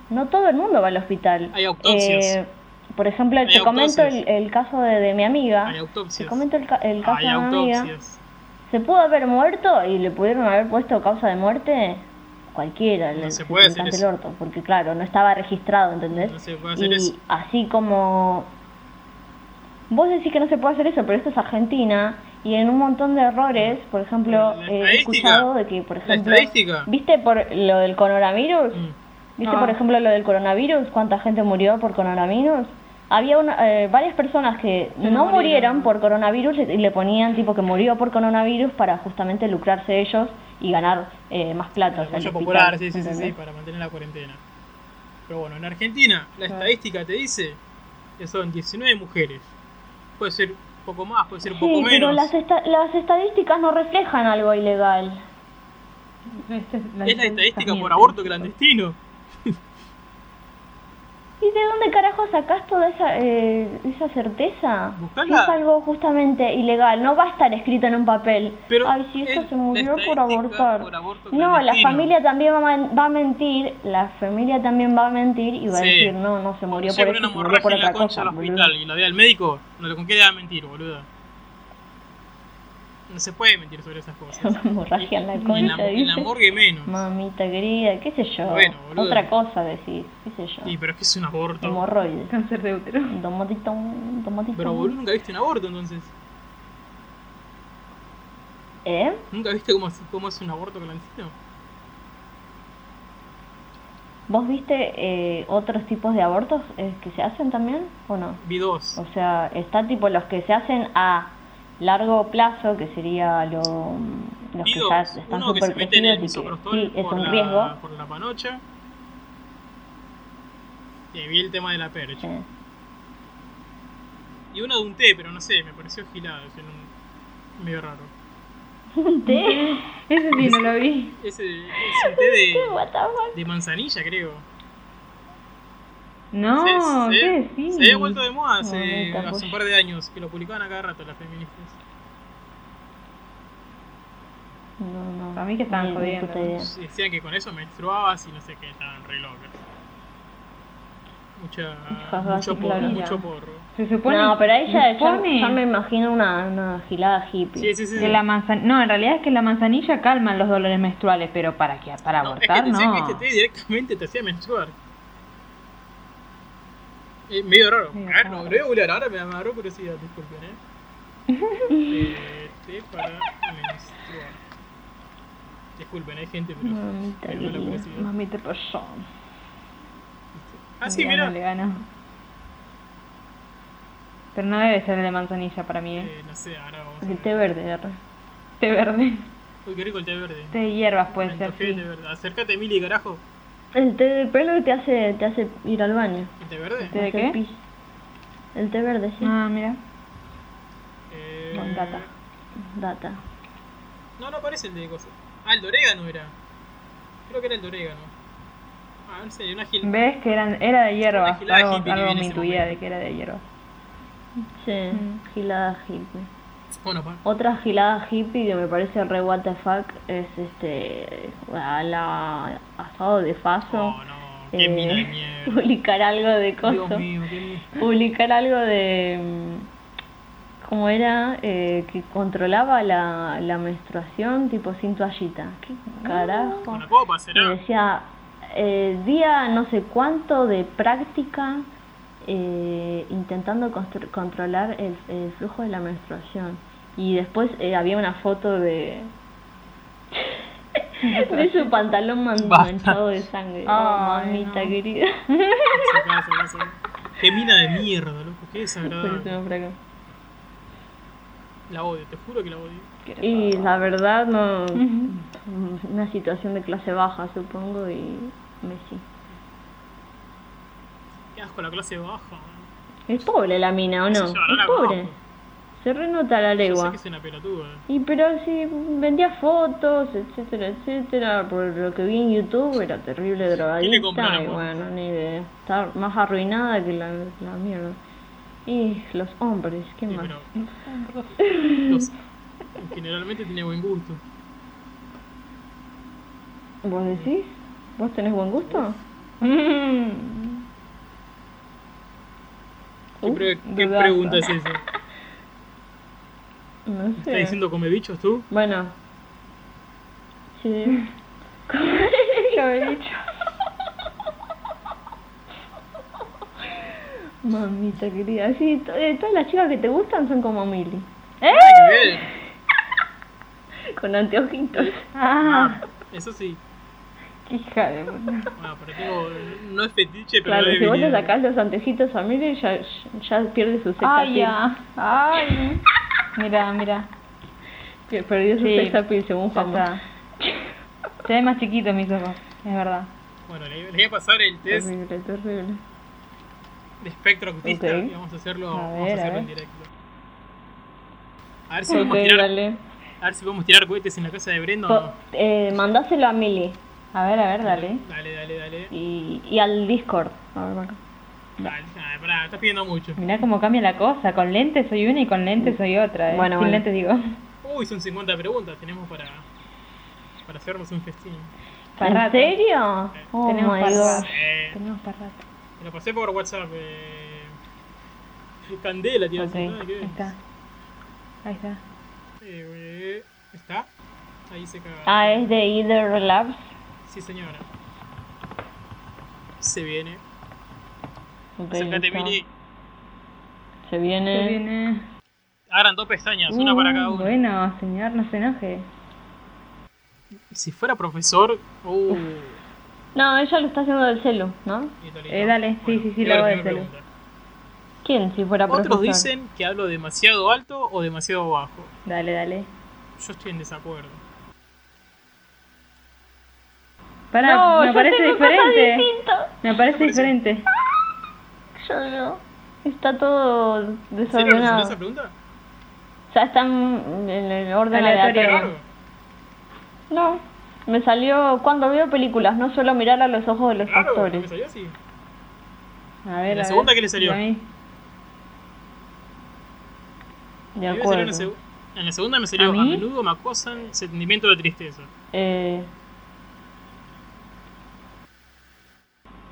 B: No todo el mundo va al hospital.
A: Hay autopsias.
B: Eh, por ejemplo,
A: Hay
B: te comento
A: autopsias.
B: el, el caso de, de mi amiga.
A: hay
B: Te
A: autopsias. Ah,
B: comento el, ca- el caso
A: hay
B: de mi amiga.
A: autopsias.
B: Se pudo haber muerto y le pudieron haber puesto causa de muerte cualquiera,
A: No
B: le-
A: se puede hacer
B: cante
A: eso.
B: el orto, porque claro, no estaba registrado, ¿entendés?
A: No se puede hacer
B: y
A: eso.
B: así como vos decís que no se puede hacer eso, pero esto es Argentina y en un montón de errores, por ejemplo,
A: La
B: he
A: estadística.
B: escuchado de que, por
A: La
B: ejemplo,
A: estadística.
B: ¿viste por lo del coronavirus?
A: Mm.
B: ¿Viste,
C: Ah.
B: por ejemplo, lo del coronavirus? ¿Cuánta gente murió por coronavirus? Había una- eh, varias personas que
C: Pero
B: no
C: murieron.
B: murieron por coronavirus y le ponían tipo que murió por coronavirus para justamente lucrarse ellos y ganar eh, más plata. o sea,
A: Apoyo
B: el
A: popular, sí,
B: hospital,
A: sí, sí, sí,
B: ¿entendés?
A: para mantener la cuarentena. Pero bueno, en Argentina la
C: Claro.
A: estadística te dice que son 19 mujeres. Puede ser un poco más, puede ser un
B: Sí,
A: poco
B: pero
A: menos.
B: las, esta- las estadísticas no reflejan algo ilegal.
C: Esta es
A: Es la estadística por
C: mienten.
A: aborto clandestino.
B: ¿Y de dónde carajo sacás toda esa, eh, esa certeza?
A: Buscala.
B: Si es algo justamente ilegal, no va a estar escrito en un papel.
A: Pero
B: Ay, si
A: es
B: esto se
A: la
B: murió por
A: estadística
B: abortar.
A: por aborto
B: no, la
A: clandestino.
B: familia también va a, men- va a mentir, la familia también va a mentir y
A: Sí.
B: va a decir, no, no se murió
A: Cuando
B: por
A: lleve
B: esto,
A: una
B: se murió por
A: hemorragia en la
B: otra
A: concha
B: [LAUGHS] cosa.
A: al
B: boludo.
A: hospital y la vea el médico, no le con qué le va a mentir, boluda. no se puede mentir sobre esas cosas.
B: Hemorragia en [LAUGHS] la
A: Y en la,
B: concha,
A: en la
B: dice.
A: morgue menos.
B: Mamita querida, qué sé yo.
A: Bueno, boludo.
B: Otra cosa decís, qué sé yo.
A: Y pero es que es un aborto.
B: Hemorroides.
C: Cáncer de útero.
B: Tomatito, tomatito.
A: Pero boludo, nunca viste un aborto entonces.
B: ¿Eh?
A: ¿Nunca viste cómo, es- cómo es un aborto clandestino?
B: ¿Vos viste eh, otros tipos de abortos eh, que se hacen también o no?
A: Vi dos.
B: O sea, está tipo los que se hacen a largo plazo, que sería lo, los
A: Vi
B: que ya
A: dos.
B: están
A: Uno que se mete en el
B: superprotegidos y
A: misoprostol
B: que sí, es
A: por,
B: un
A: la,
B: riesgo.
A: por la panocha. Y vi el tema de la percha.
B: Eh,
A: Y uno de un té, pero no sé, me pareció gilado. es un- medio raro.
C: Ese sí no lo vi.
A: Ese es un té
B: What
A: de,
B: the fuck?
A: de manzanilla, creo.
B: Ah,
C: No,
A: se, se-
C: ¿qué decís?
A: se había vuelto de moda hace,
B: Mamita,
A: hace un par de años, que lo publicaban a cada rato las feministas.
B: No, no.
C: Para mí que estaban
B: ni- ni
C: jodiendo,
B: puta
C: ¿no?
B: idea.
A: Decían que con eso menstruabas y no sé qué, estaban re locas. Mucha,
B: Muchas
A: mucho,
B: gracias,
A: porro,
B: Claudia.
A: mucho porro.
C: Se supone.
B: no, pero ahí ya,
C: se
B: ya-
C: supone
B: ya me imagino una, una gilada hippie.
A: Sí, sí, sí.
C: que
A: sí.
C: la manzan- No, en realidad es que la manzanilla calma los dolores menstruales, pero para qué? Para
A: No, es que
C: abortar,
A: te decían que
C: no.
A: este té directamente te hacía menstruar. Eh, medio raro.
C: Medio
A: ah, no,
C: raro.
A: lo voy a googlear ahora, me agarró curiosidad, disculpen,
B: [LAUGHS]
A: eh. eh té para menstruar. Disculpen, hay gente, pero.
B: Mamita
A: pero no la
B: querida.
A: curiosidad.
C: Mami, te pasó.
A: Ah, sí,
C: Le
A: mira.
C: ganó, le ganó. Pero no debe ser el de manzanilla para mí, ¿eh?
A: Eh, no sé, ahora vamos a
B: El
A: ver.
B: té verde, arre.
C: Té verde.
A: Uy, qué rico el té verde.
C: Té de hierbas
A: Me
C: puede ser,
A: antojé
C: sí.
A: de té verde. Acércate, Mili, carajo.
B: El té de pelo que te hace, te hace ir al baño.
A: ¿El té verde?
C: ¿Té de
B: hacer
C: qué?
B: pis. El té verde, sí.
C: Ah, mira.
A: Eh,
C: Con data.
B: Data.
A: No, no parece el de cosa. Ah, el de orégano era. Creo que era el de orégano. Ah, no sé, una gil.
C: ¿Ves que eran, era de hierbas?
A: Una gilada
C: Algo,
A: hippie que
C: algo
A: viene
C: me
A: ese
C: intuía
A: momento.
C: de que era de hierbas.
B: Sí,
C: Mm.
B: gilada hippie.
A: Bueno, pa-
B: Otra gilada hippie que me parece re what the fuck es este. a la asado de faso. [LAUGHS]
A: Oh, no,
B: eh,
A: qué mina de mierda.
B: publicar algo de
A: Dios
B: cosas.
A: mío, qué mierda.
B: publicar algo de mm, cómo era Eh, que controlaba la, la menstruación tipo sin toallita qué carajo
A: Con la copa
B: y
A: será.
B: decía eh, día no sé cuánto de práctica eh, intentando constru- controlar el, el flujo de la menstruación y después eh, había una foto de [LAUGHS] de su pantalón man-
A: Basta.
B: manchado de sangre oh,
C: Ay,
B: mamita
C: no.
B: querida
A: Sacá, sacá, sacá. Qué mina de mierda, loco. Qué
B: [LAUGHS]
A: desagradable.
B: Buenísimo, Franco.
A: La odio, te juro que la odio.
B: Y la verdad no
C: Ujú.
B: una situación de clase baja supongo y Messi.
A: Qué asco la clase baja.
B: Es pobre la mina, ¿o
A: Qué
B: no?
A: sé yo, no
B: Es
A: la
B: pobre.
A: conozco.
B: Se renota la
A: Yo sé
B: legua.
A: que es una pelotuda.
B: Y pero si vendía fotos, etcétera, etcétera, por lo que vi en YouTube era terrible
A: le compró la
B: drogadicta y
A: foto?
B: bueno, ni idea. Está más arruinada que la, la mierda. Y los hombres, ¿qué
A: Sí,
B: más? [LAUGHS]
A: pero. Los- Generalmente tiene buen gusto.
B: ¿Vos decís? ¿Vos tenés buen gusto?
C: Mm. [LAUGHS]
A: ¿Qué,
B: Uh,
A: pre- qué
C: dudazo.
A: pregunta es
B: [LAUGHS]
A: esa?
B: No
A: ¿Estás
B: sé.
A: diciendo come bichos tú?
B: Bueno. Sí.
C: Lo he dicho.
B: Mamita querida, sí, to- eh, todas las chicas que te gustan son como Mili, ¡Ah!
A: ¡Qué bien!
B: con anteojitos.
C: Ah,
A: Ah, eso sí.
C: qué hija de puta.
A: Bueno, pero tengo. No es fetiche, pero
B: Claro,
A: es
B: si vos le
A: debilidad.
B: sacás los anteojitos a Mili, ya, ya pierde su sex
C: Ay,
B: appeal.
C: ya. Ay. Mira, mira.
B: Que Perdió su
C: Sí.
B: sex appeal, según
C: Ya
B: Juan.
C: está. Se ven más chiquitos mis ojos, es verdad.
A: Bueno, le, le voy a pasar el test
B: Terrible, terrible.
A: de espectro autista
B: Ok.
A: y vamos a hacerlo,
C: A
A: vamos
C: ver,
A: a
C: a
A: hacerlo
C: ver.
A: en directo. A ver, si
B: Ok,
A: podemos tirar,
B: dale.
A: a ver si podemos tirar cohetes en la casa de Brenda o
B: Po-
A: no.
B: eh, mandáselo a Mili
C: A ver, a ver, dale.
A: Dale, dale, dale.
B: y, y al Discord. A ver, Maca.
A: Dale, ah, pará, estás pidiendo mucho.
C: Mirá cómo cambia la cosa. Con lentes soy una y con lentes soy otra. ¿eh?
B: Bueno,
C: Sin
B: bueno. [LAUGHS]
C: lentes digo.
A: Uy, son 50 preguntas, tenemos para, para hacernos un festín.
C: Pa'
B: ¿En
C: rato.
B: serio? Oh
C: Tenemos
B: my
C: pa'
B: god.
C: rato.
A: Eh,
C: Tenemos para rato.
A: me lo pasé por WhatsApp. Eh, candela, tío.
C: Ok, ahí está. Ahí está.
A: Eh, ¿Está? Ahí se caga.
B: Ah, es de Either Relapse.
A: Sí, señora. Se viene.
B: Ok,
A: Acércate,
B: listo.
A: Mili.
B: Se viene.
C: Se viene.
A: Abran dos pestañas, Eh. una para cada
C: Uh,
A: uno.
C: Bueno, señor, no se enoje.
A: Si fuera profesor. Uh,
B: No, ella lo está haciendo del celu, ¿no?
A: y tal y
C: Eh,
A: tal.
C: dale, sí, sí, sí,
A: llega
C: lo
A: la
C: voy a
A: primera
C: hacer.
A: pregunta.
B: ¿Quién si fuera
A: Otros
B: profesor?
A: dicen que hablo demasiado alto o demasiado bajo.
C: Dale, dale.
A: Yo estoy en desacuerdo.
C: Pará,
B: No,
C: me
B: yo
C: parece
B: tengo cosas
C: diferente.
B: distintas.
C: Me parece
A: parece-
C: diferente.
B: Yo no. Está todo
A: ¿En serio respondió
B: desordenado.
A: esa pregunta?
B: O sea, están en el orden
C: Aleatorio.
B: aleatorio.
C: Pero-
A: Claro.
B: No, me salió cuando veo películas, no suelo mirar a los ojos de los
A: Claro, no me
B: actores.
A: salió así.
C: A ver,
A: ¿La
C: a
A: segunda
C: ver.
A: qué le salió?
C: Y a mí.
B: De
A: A mí me salió
B: acuerdo.
A: en, la seg- en la segunda me salió
C: ¿A
A: a,
C: mí?
A: menudo me acosan sentimiento de tristeza.
B: Eh,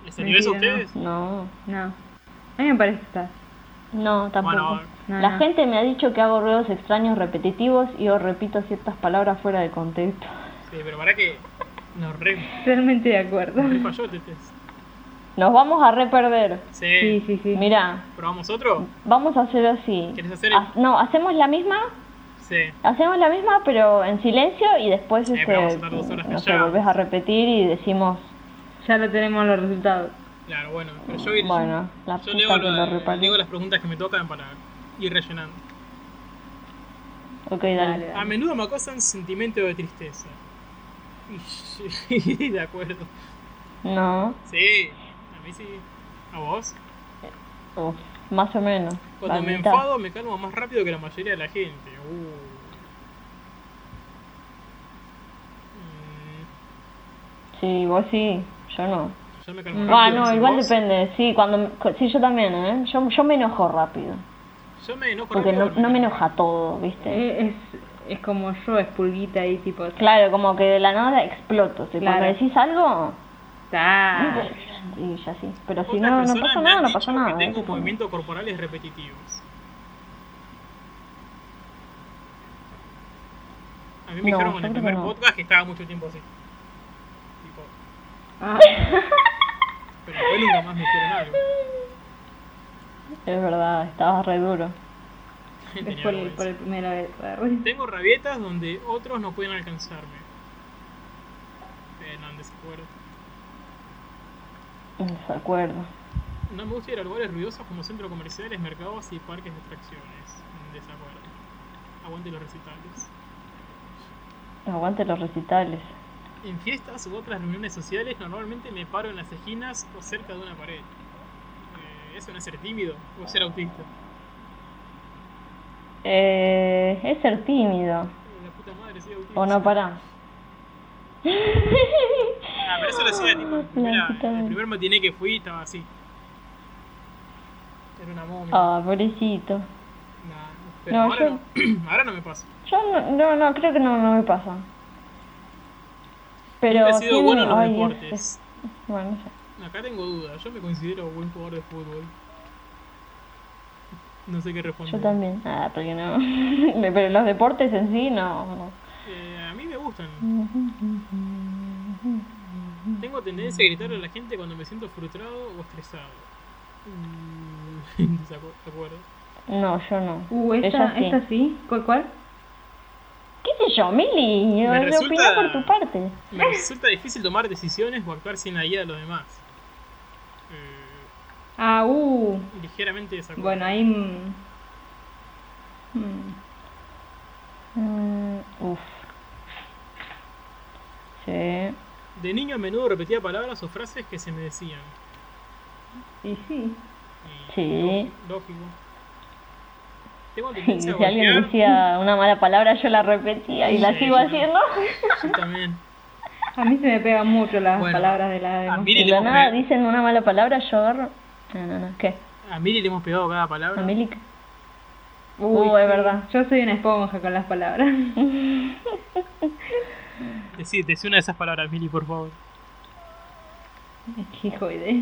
A: ¿Les salió eso a
C: Mentira,
A: ustedes?
B: no,
C: No. A mí me parece que está.
B: no, tampoco.
A: Bueno,
C: No,
B: la
C: no.
B: gente me ha dicho que hago ruidos extraños repetitivos y o repito ciertas palabras fuera de contexto.
A: sí, pero para que nos re,
C: Realmente de acuerdo.
A: nos re falló este test.
B: Nos vamos a reperder.
A: Sí.
C: Sí, sí, sí.
B: Mira,
A: ¿Probamos otro?
B: vamos a hacer así.
A: ¿Querés hacer?
B: Ha- no, hacemos la misma,
A: Sí.
B: hacemos la misma pero en silencio y después
A: Eh,
B: este,
A: pero vamos a estar dos horas
B: no sé,
A: callados.
B: volvés a repetir y decimos,
C: Ya lo tenemos los resultados.
A: Claro, bueno. Pero yo, yo-
B: bueno, la
A: yo
B: puta
A: leo,
B: que
A: la-
B: lo reparió.
A: leo las preguntas que me tocan para ir rellenando.
B: Ok, dale.
A: A menudo me acosan sentimiento de tristeza. [LAUGHS] Y, de acuerdo.
B: No,
A: Sí, a mí sí. ¿A vos?
B: o más o menos.
A: Cuando
B: la
A: me
B: mitad.
A: enfado me calmo más rápido que la mayoría de la gente. Uh. Mm,
B: Sí, vos sí, yo no.
A: Yo Mm, me calmo
B: Ah,
A: rápido.
B: no,
A: sé
B: igual
A: vos.
B: depende. Sí, cuando me- cu- sí, yo también, ¿eh? Yo, yo me enojo rápido.
A: Yo me enojo
B: Porque no,
A: rápido,
B: no me enoja todo, ¿viste?
C: Eh, Es, es como yo, es pulguita ahí, tipo.
B: Claro, como que de la nada exploto. Si
C: Claro. Ah.
B: cuando decís algo,
C: Ta.
B: y ya sí. Pero si
A: Otras
B: no, no
A: personas
B: pasa
A: me han
B: nada, no
A: dicho
B: pasa nada.
A: Que
B: es
A: tengo
B: como-
A: movimientos corporales repetitivos. A mí me
B: No,
A: dijeron en
B: yo
A: el
B: creo
A: primer
B: que no.
A: podcast que estaba mucho tiempo así. Tipo,
C: Ah,
A: pero después nunca más me dijeron algo. [LAUGHS]
B: Es verdad, estabas re duro.
C: es
A: Tenía
C: por,
A: algo
C: el-
A: de
C: por el eh,
A: eso.
C: primera vez.
A: Tengo rabietas donde otros no pueden alcanzarme. Eh, no, en desacuerdo.
B: En desacuerdo.
A: No me gusta ir a lugares ruidosos como centros comerciales, mercados y parques de atracciones. En desacuerdo. Aguante los recitales.
B: Aguante los recitales.
A: En fiestas u otras reuniones sociales normalmente me paro en las esquinas o cerca de una pared. Eh, ¿Eso no es ser tímido o ser autista?
B: Eh, es ser tímido.
A: Eh, La puta madre, soy autista.
B: O no pará.
A: Ah, pero eso lo hacía tipo, en
B: La
A: primera-
B: puta
A: el
B: madre.
A: primer matiné que fui estaba así. Era una momia.
B: Ah, pobrecito.
A: Nah, pero
B: No,
A: ahora,
B: yo-
A: no, [CLEARS THROAT] ahora no me pasa.
B: Yo no, no, no, creo que no, no me pasa. Pero
A: Nunca he sido
B: sí,
A: bueno en los
B: ay, Dios,
A: deportes.
B: es- bueno, ya.
A: Acá tengo dudas. Yo me considero buen jugador de fútbol. No sé qué responder.
B: yo también. Ah, porque no. [LAUGHS] Pero los deportes en sí no.
A: Eh, a mí me gustan. Tengo tendencia a gritarle a la gente cuando me siento frustrado o estresado. Mm, [LAUGHS] desacu- de acuerdo.
B: No, yo no.
C: Uh,
B: Ella
C: esta
B: sí.
C: sí. Esta sí. ¿Cuál, cuál?
B: ¿Qué sé yo, Mili?
A: Me
B: Yo- yo opiné
A: resulta-
B: por tu parte. [LAUGHS]
A: Me resulta difícil tomar decisiones o actuar sin la guía de los demás. Eh,
C: Ah, uh.
A: ligeramente desacuerdo.
C: Bueno, ahí. mm, mm,
B: Mm, uf. Sí.
A: De niño a menudo repetía palabras o frases que se me decían.
C: Y sí.
A: Y
B: Sí.
A: lógico- Lógico.
B: [LAUGHS]
A: Tengo
B: Y si
A: tendencia a
B: alguien
A: golpear.
B: decía una mala palabra, yo la repetía y la
A: Sí,
B: sigo
A: claro.
B: haciendo.
A: Yo también.
C: A mí se me pegan mucho las
A: Bueno,
C: palabras de la.
A: a
C: demás
A: Miri le
B: Y de la
A: hemos
B: nada
A: pe-
B: dicen una mala palabra, yo agarro. No, no, no. ¿Qué?
A: a Miri le hemos pegado cada palabra.
B: América.
C: Uy,
B: Uh, es verdad.
C: Yo soy una esponja con las palabras. [LAUGHS]
A: Decí, decí una de esas palabras, Mili, por favor.
C: Hijo de.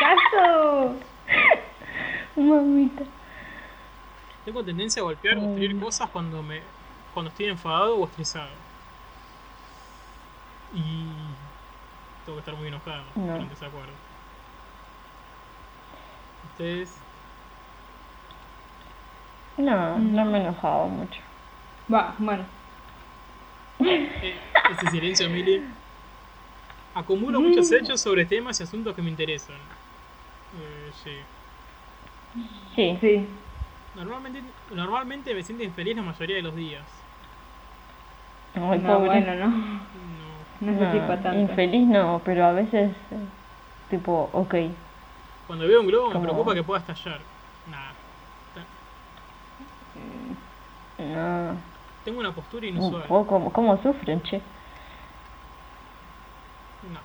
C: ¡Caso!
B: Mamita.
A: Tengo tendencia a golpear o destruir cosas cuando me cuando estoy enfadado o estresado. Y tengo que estar muy enojado
B: No.
A: para que se acuerde. Ustedes,
B: No, no me he enojado mucho.
C: Va, bueno.
A: eh, ese silencio, Mili. Acumulo muchos
B: Mm.
A: hechos sobre temas y asuntos que me interesan. Eh, sí.
B: Sí.
C: Sí.
A: Normalmente, normalmente me siento infeliz la mayoría de los días.
B: Ay,
C: no,
B: pobre.
C: bueno, no.
A: No,
C: No sé si
B: No,
C: para tanto.
B: infeliz no, pero a veces, eh, tipo, ok.
A: Cuando veo un globo me
B: Como-
A: preocupa que pueda estallar. Nah.
B: No.
A: Tengo una postura
B: Un
A: inusual.
B: poco, ¿cómo, cómo sufren, che?
A: No.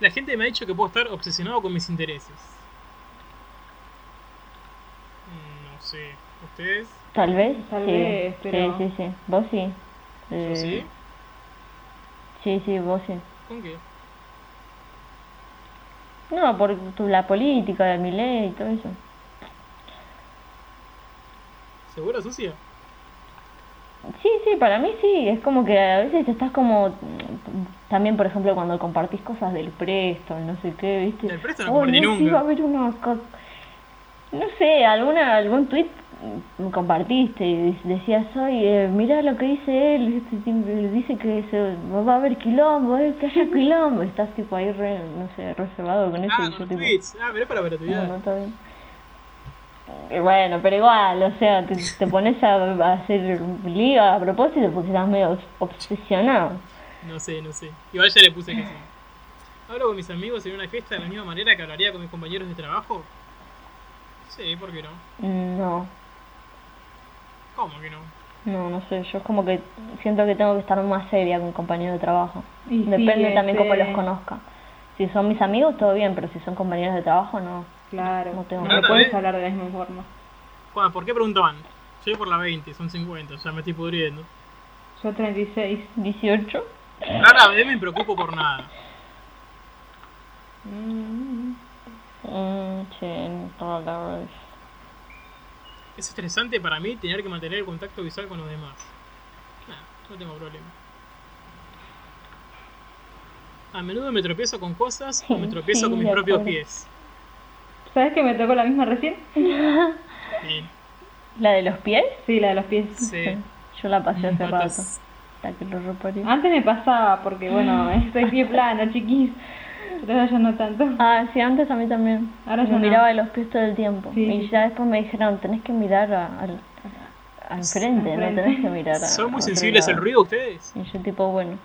A: La gente me ha dicho que puedo estar obsesionado con mis intereses. Mm, No sé. ¿Ustedes?
B: Tal vez.
C: Tal
B: sí.
C: vez, pero-
B: Sí, sí, sí. Vos sí.
A: ¿Yo
B: Eh,
A: sí?
B: Sí, sí, vos sí.
A: ¿Con qué?
B: No, por tu- la política de mi ley y todo eso.
A: ¿Seguro, sucia?
B: Sí, sí, para mí sí. Es como que a veces estás como. mm, También, por ejemplo, cuando compartís cosas del presto, no sé qué, ¿viste?
A: Del Presto no
B: Oh,
A: compartí
B: no, sí,
A: nunca.
B: va a haber unos co- No sé, alguna, algún tweet compartiste y de- decías, oye, eh, mirá lo que dice él, este tipo, dice que se, va a haber quilombo, eh,
A: [LAUGHS]
B: que haya quilombo. y Estás tipo ahí, re, no sé, reservado con eso.
A: Ah,
B: y yo,
A: con
B: tipo,
A: tweets. Ah, pero es para ver
B: no, no, está bien. Eh, Bueno, pero igual, o sea, te, te pones a, a hacer liga a propósito porque estás medio obs- obsesionado.
A: No sé, no sé. Igual ya le puse que sí. ¿Hablo con mis amigos en una fiesta de la misma manera que hablaría con mis compañeros de trabajo? Sí, ¿por qué no?
B: Mm, No,
A: ¿Cómo que no?
B: no, no sé, yo es como que siento que tengo que estar más seria con compañeros de trabajo.
C: Y sí,
B: Depende también cómo
C: este,
B: los conozca. Si son mis amigos, todo bien, pero si son compañeros de trabajo, no.
C: Claro.
B: No
C: No,
B: tengo-
A: Ah,
C: le puedes
A: ¿eh?
C: hablar de la misma forma.
A: Juan, ¿por qué preguntaban? Yo voy por la 20, son 50, ya me estoy pudriendo.
C: Yo 36.
B: 18.
A: Rara vez me preocupo por nada.
C: Mm.
B: Mm, che, no, la verdad.
A: Es estresante para mí tener que mantener el contacto visual con los demás. Nah, no tengo problema. A menudo me tropiezo con cosas o me
B: Sí,
A: tropiezo
B: sí,
A: con mis
B: de
A: propios
B: acuerdo.
A: pies.
C: ¿Sabes que me tocó la misma recién?
B: [LAUGHS]
A: Sí,
B: ¿La de los pies?
C: Sí, la de los pies.
A: sí. mm,
B: Yo la pasé hace rato.
A: Patas.
B: Hasta que lo reparió.
C: Antes me pasaba porque, [LAUGHS] bueno, soy pie plano, chiquis. Pero ahora ya no tanto.
B: Ah, sí, antes a mí también.
C: Ahora
B: Yo
C: ya no.
B: miraba los pies todo el tiempo.
C: Sí.
B: Y ya después me dijeron, tenés que mirar a- al, al frente,
C: al
B: no
C: frente.
B: tenés que mirar a
A: ¿Son muy
B: otro
A: sensibles al
B: lado".
A: ruido ustedes?
B: Y yo tipo, bueno,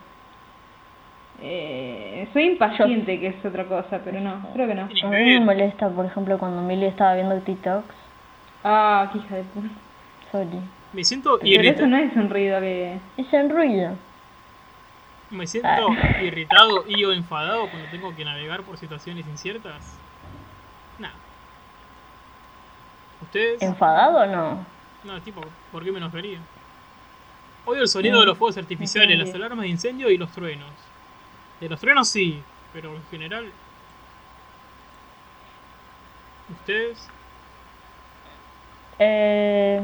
C: Eh, soy impaciente, que es otra cosa, pero no, creo que no.
A: Tienen
B: a
A: que
B: mí me
A: ver.
B: molesta, por ejemplo, cuando Mili estaba viendo TikToks.
C: Ah, qué hija de puta.
B: Sorry.
A: Me siento
C: Pero eso
A: irritado.
C: no es un ruido que...
B: Es en ruido.
A: Me siento irritado y o enfadado cuando tengo que navegar por situaciones inciertas. Nah. ¿Ustedes?
B: ¿Enfadado o no?
A: No, tipo, ¿por qué me enojaría? Odio el sonido de los fuegos artificiales, las
C: entiendo.
A: alarmas de incendio y los truenos. De los truenos sí, pero en general... ¿Ustedes?
B: Eh,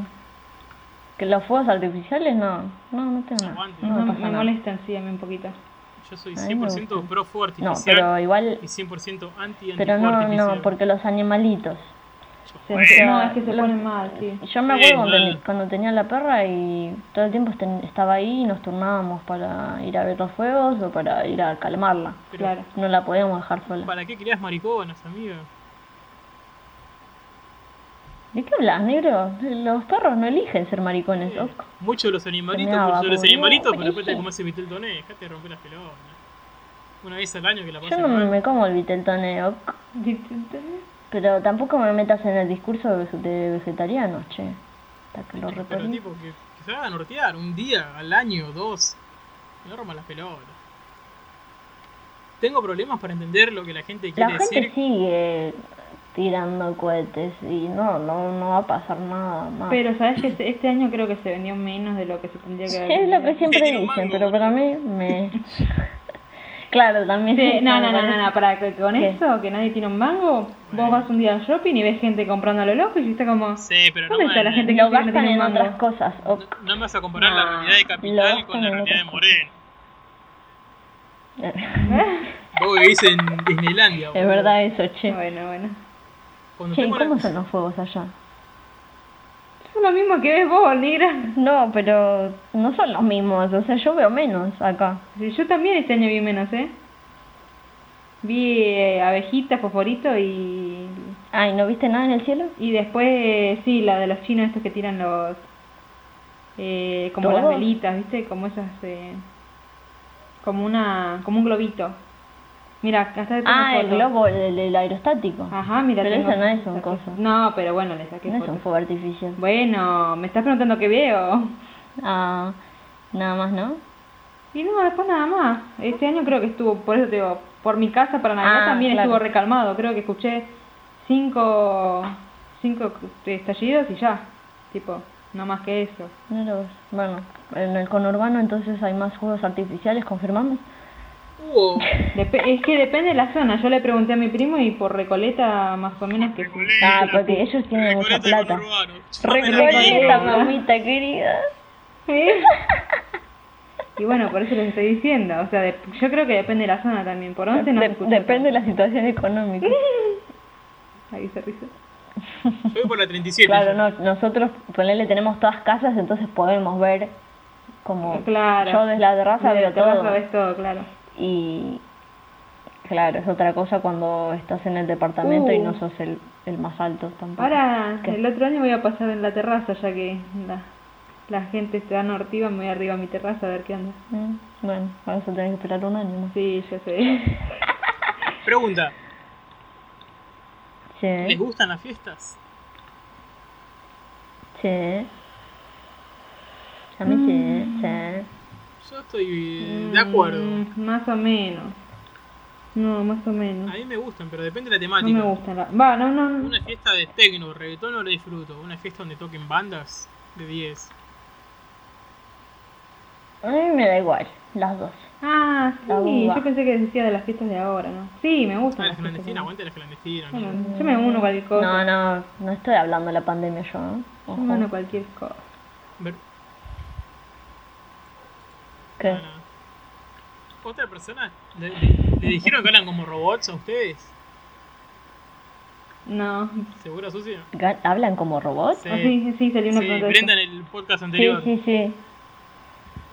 B: que los fuegos artificiales no, no, no tengo nada.
A: Aguante.
B: No
C: No,
B: me
C: me
B: pasa nada.
C: molestan, sí, un poquito.
A: Yo soy
B: A mí me
A: 100%
B: gusta.
A: pro fuego
B: No,
A: artificial
B: pero igual,
A: y 100% anti anti
B: pero
A: fuego
B: no,
A: artificial.
B: no, porque los animalitos.
A: Yo- eh,
C: Se-
B: Bueno.
C: no, es que se ponen mal, sí.
B: Yo me
A: Sí,
B: acuerdo cuando,
A: claro.
B: cuando tenía la perra y todo el tiempo esten- estaba ahí y nos turnábamos para ir a ver los fuegos o para ir a calmarla.
A: Pero,
C: Claro.
B: No la podíamos dejar sola.
A: ¿Para qué querías mariconas, amiga?
B: ¿De qué hablas, negro? Los perros no eligen ser maricones.
A: Eh,
B: Osco.
A: Muchos de los animalitos,
B: Terminaba
A: muchos de los
B: boludo,
A: animalitos, pero después te
B: sí.
A: comés el vitel toné, dejate de romper las pelotas. Una vez al año que la
B: Yo
A: pasas
B: no
A: mal.
B: me como el viteltoné, Osco. Pero tampoco me metas en el discurso de vege- de vegetariano, che. Hasta que lo
A: Pero
B: reparí.
A: tipo, que, que se hagan nortear un día, al año, dos. No rompan las pelotas. Tengo problemas para entender lo que la gente
B: La
A: quiere
B: gente
A: decir.
B: sigue tirando cohetes y no, no, no va a pasar nada más.
C: [LAUGHS] Pero sabes que este- este año creo que se vendió menos de lo que se tendría que haber
B: es lo
C: vendido?
B: que siempre
A: Tiene un
B: dicen,
A: mango.
B: pero para mí me... Claro,
C: [LAUGHS]
B: también.
C: Sí,
B: sí,
C: no,
B: me
C: no, no,
B: parece.
C: no, no, para que con
B: ¿Qué?
C: eso, que nadie tiene un mango,
A: Bueno.
C: vos vas un día al shopping y ves gente comprando a lo loco y está como,
A: Sí, pero no,
C: ¿Dónde está
A: van-
C: la gente que
B: Lo
C: tiene- no
B: gastan
C: tiene
B: en
C: mango?
B: otras cosas. Oh,
A: no,
B: ok.
A: no me vas a comparar la
C: No,
A: realidad de Capital
B: lo
A: con la
B: hacen en
A: realidad de
B: otras
A: Moreno.
C: "Ah".
A: Vos vivís en Disneylandia.
B: eh, Es
A: boludo.
B: verdad eso, che.
C: [LAUGHS] bueno, bueno.
A: Cuando
B: Che, ¿y
A: tengo la-
B: cómo son los fuegos allá?
C: Es lo mismo que ves vos, negra.
B: No, pero no son los mismos. O sea, yo veo menos acá.
C: Sí, Yo también este año vi menos, ¿eh? Vi eh, abejitas, fosforito y...
B: Ay, ¿no viste nada en el cielo?
C: Y después, eh, sí, la de los chinos estos que tiran los... eh, como las
B: ¿Globos?
C: velitas, ¿viste? Como esas... eh, como una... como un globito. Mira, acá está
B: Ah, el
C: foto.
B: globo, el, el aerostático.
C: Ajá, mira.
B: Pero
C: tengo-
B: eso no es un coso.
C: No, pero bueno, le saqué
B: No es
C: foto.
B: un fuego artificial.
C: Bueno, me estás preguntando qué veo.
B: Ah, nada más, ¿no?
C: Y no, después nada más. Este año creo que estuvo, por eso te digo, por mi casa para Navidad
B: Ah,
C: también
B: claro.
C: estuvo recalmado. Creo que escuché cinco, cinco estallidos y ya. Tipo, no más que eso.
B: No lo ves. Bueno, en el conurbano entonces hay más fuegos artificiales, confirmamos.
A: Hubo
C: Dep- es que depende de la zona. Yo le pregunté a mi primo y por Recoleta más o menos que... sí.
A: Recoleta.
B: Ah, porque ellos tienen mucha
A: Recoleta
B: plata.
A: con Urbano.
B: Recoleta,
C: Recoleta.
B: mamita querida.
C: ¿Eh? Y bueno, por eso les estoy diciendo. O sea, de- yo creo que depende de la zona también. Por dónde no se
B: De-
C: escuchó
B: depende de la situación económica.
C: tanto. Ahí se rizó.
A: Yo voy por la 37.
B: Claro,
A: yo.
B: no, nosotros ponele tenemos todas casas, entonces podemos ver como
C: Claro.
B: yo desde la terraza veo
C: Desde la terraza
B: todo.
C: ves todo, claro.
B: Y claro, es otra cosa cuando estás en el departamento y
C: Uh.
B: no sos el, el más alto tampoco.
C: Ahora,
B: ¿Qué?
C: el otro año voy a pasar en la terraza, ya que la, la gente está nortiva, me voy arriba a mi terraza a ver qué onda.
B: Mm, Bueno, vamos a tener que esperar un año más.
C: Sí, ya sé.
A: Pregunta:
C: ¿Eh?
B: Che,
A: ¿les gustan las fiestas?
B: che. A mí che, che.
A: Yo estoy eh, [LAUGHS] de acuerdo.
C: Mm, más o menos. No, más o menos.
A: A mí me gustan, pero depende de la
C: No me
A: temática.
C: gusta la... Va, no, no, no.
A: Una fiesta de tecno, reggaetón no la disfruto. Una fiesta donde toquen bandas de 10.
B: A mí me da igual, las dos.
C: Ah,
B: La
C: sí,
B: uva.
C: yo pensé que decía de las fiestas de ahora, ¿no? Sí, me
A: Ah, las
C: gustan las fiestas de
A: clandestinas,
C: ahora.
A: aguante las clandestinas.
C: Yo
A: amigo.
C: me- Yo me uno a cualquier cosa.
B: No, no, no estoy hablando de la pandemia yo, ¿eh? ¿no?
C: Yo me uno a cualquier cosa.
A: Ver-
B: ¿Qué?
A: no, no. ¿Otra persona? ¿Le, le- le dijeron que hablan como robots a ustedes?
C: No.
A: ¿Seguro, Susi?
B: Ga- ¿Hablan como robots?
A: Sí.
C: Ah, sí, sí, salió una
A: Sí,
C: pregunta de
A: Brenda en el podcast
B: Sí,
A: anterior.
B: sí, sí.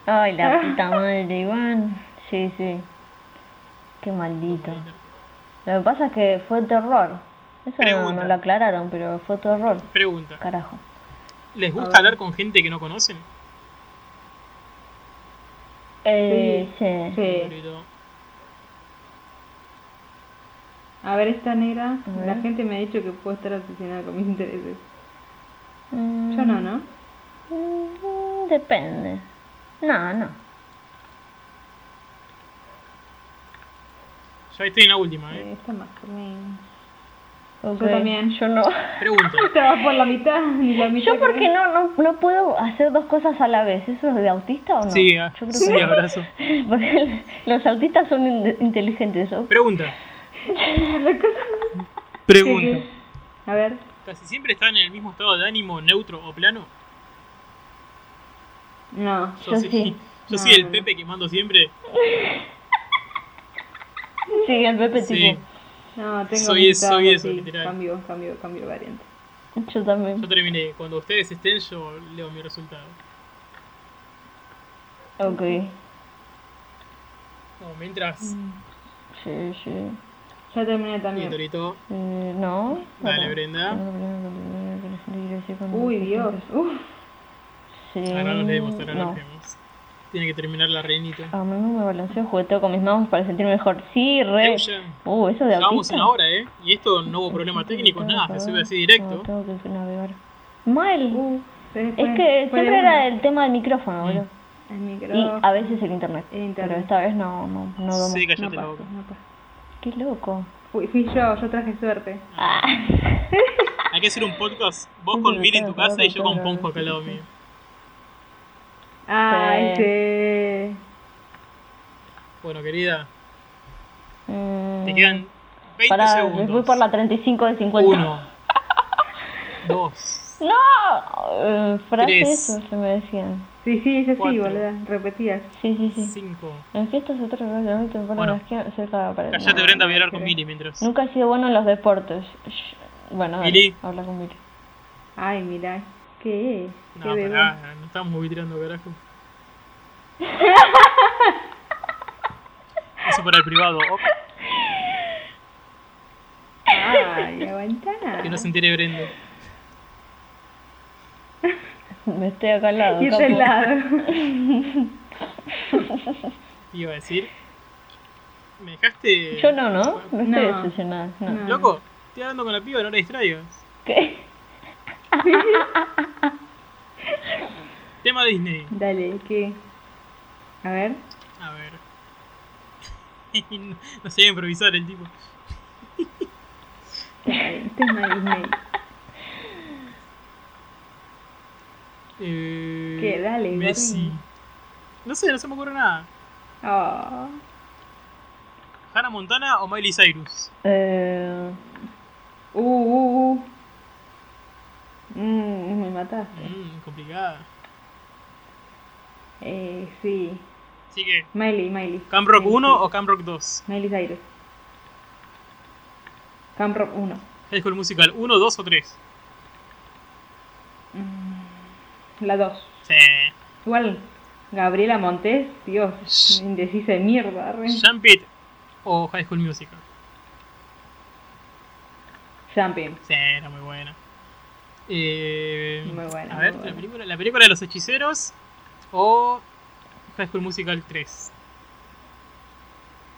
B: Ay,
C: [LAUGHS]
B: la puta madre, Iván. Sí, sí. Qué maldito. Lo que pasa es que fue terror. Eso no,
A: Pregunta.
B: no lo aclararon, pero fue terror.
A: Pregunta:
B: Carajo.
A: ¿Les
C: A
A: gusta
C: ver.
A: hablar con gente que no conocen?
B: Eh, sí.
C: eso. Sí.
A: Pero-
C: A ver, esta negra,
B: A ver.
C: la gente me ha dicho que puedo estar obsesionada con mis intereses.
B: Mm,
C: Yo no, ¿no?
B: mm, Depende. No, no.
A: Ya estoy en la última, ¿eh?
C: Eh, Está más conmigo.
B: Ok,
C: también.
B: Yo no.
A: Pregunta.
C: Estaba por la mitad, ni la mitad.
B: Yo porque no, no, no puedo hacer dos cosas a la vez. ¿Eso es de autista o no?
A: Sí,
B: Yo
A: ah,
B: creo que
A: sí,
B: no.
A: abrazo.
B: [LAUGHS] Porque los autistas son in- inteligentes. ¿o?
A: Pregunta.
C: Sí,
A: Pregunta.
C: sí. A ver,
A: ¿Casi siempre están en el mismo estado de ánimo, neutro o plano?
C: no.
B: Yo
A: soy-
B: sí.
A: [LAUGHS] Yo
C: No,
A: soy el
C: no.
A: Pepe que mando siempre.
B: Sí, el Pepe
A: Sí,
B: tipo.
C: No, tengo
A: Soy
C: mi
A: eso, soy
C: tabla,
A: eso,
C: sí.
A: literal.
C: Cambio, cambio, cambio de variante.
B: Yo también.
A: yo terminé. Cuando ustedes estén, yo leo mi resultado.
B: Ok.
A: No,
B: Mm,
A: mientras.
B: Sí, sí.
C: Ya terminé
A: Y
C: también.
A: Torito.
B: Eh, no.
A: Dale,
B: Pará.
A: Brenda.
B: Tengo problemas con el primero que les quiero decir cuando-
C: Uy, Dios. Uf.
B: Sí.
A: Ahora los leemos, ahora
B: Eh, no.
A: los leemos. Tiene que terminar la reinita.
B: A mí me balanceo jugueteo con mis manos para sentirme mejor. Sí, re.
A: Eugen,
B: Uh, eso de
A: Ya vamos
B: autista.
A: en la hora, ¿eh? Y esto no hubo problemas
B: Tengo
A: técnicos,
B: que
A: nada. Se
B: navegar,
A: sube así
B: no,
A: directo.
B: tengo que navegar. Mal.
C: Uh, fue-
B: es
C: fue-
B: que
C: fue de
B: siempre
C: una.
B: era el tema del micrófono,
A: Mm.
B: boludo.
C: El micro.
B: Y ah, a veces el internet.
C: El internet.
B: Pero esta vez no, no, no domo.
A: Sí,
C: no
A: callate la
C: pasa,
A: boca.
C: no pasa.
B: Qué loco.
C: Fui, fui yo, yo traje suerte.
A: Hay que hacer un podcast. Vos
B: Sí,
A: con
B: pero
A: Miri en
B: está
A: tu casa y yo
B: grabado,
A: con
B: está
A: Ponjo acá al
B: grabado,
A: lado
B: sí,
A: mío.
C: Ay,
B: Ah, Sí.
C: sí. este.
A: Bueno, querida. Le quedan 20
B: Mm, Pará,
A: segundos.
B: me fui por la 35 de 50.
A: Uno. dos.
B: ¡No! Eh, frases
A: Tres.
B: o se me decían.
C: Sí, sí, es así,
A: Cuatro.
C: boluda. Repetías.
B: sí, sí, sí.
A: Cinco.
B: En fiestas otros relacionamientos me ponen
A: Bueno.
B: las que- cerca de la pared.
A: Callate,
B: No.
A: Brenda, voy a hablar con
C: creo.
A: Mili mientras.
B: Nunca he sido bueno en los deportes. Shh. Bueno, dale,
A: Mili.
B: habla con Mili. [LAUGHS]
C: Ay, mirá. ¿Qué? ¿Qué
A: No,
C: bebé.
A: pará, no estamos buitreando,
B: [LAUGHS]
A: carajo. Eso para el privado. op,
C: Ay, aguantá.
A: que no se entere Brenda.
B: Me estoy acá al lado.
C: Y
B: capo.
C: del lado.
A: Iba a decir. Me dejaste.
B: Yo no, ¿no? No estoy
C: No.
B: decepcionada. No.
C: No.
A: Loco, estoy hablando con la piba, no la distraigas.
B: ¿Qué?
A: [LAUGHS] Tema Disney.
C: Dale, ¿qué? A ver.
A: A ver. [LAUGHS] no sabía improvisar el tipo.
C: Dale, tema Disney.
A: Eh,
C: ¿Qué? Dale,
A: Messi.
C: Gorri.
A: No sé, no se me ocurre nada.
C: Oh.
A: ¿Hannah Montana o Miley Cyrus?
B: Eh,
C: Uh, uh, uh. Mm, me mataste.
A: Mm, complicada.
C: Eh, sí.
A: Así que,
C: Miley, Miley.
A: ¿Camp Rock
C: Sí,
A: 1
C: sí.
A: o Camp Rock 2?
C: Miley Cyrus. Camp Rock 1.
A: High School Musical, ¿1, 2 o 3?
C: Mm, La 2.
A: Sí.
C: Igual, Gabriela Montes, Dios,
A: Shh.
C: indecisa de mierda. re.
A: Jump It o High School Musical.
C: Jumping.
A: Sí, era muy buena. Eh,
C: Muy buena,
A: A ver,
C: muy
A: la,
C: buena.
A: película, la película de los hechiceros o High School Musical 3.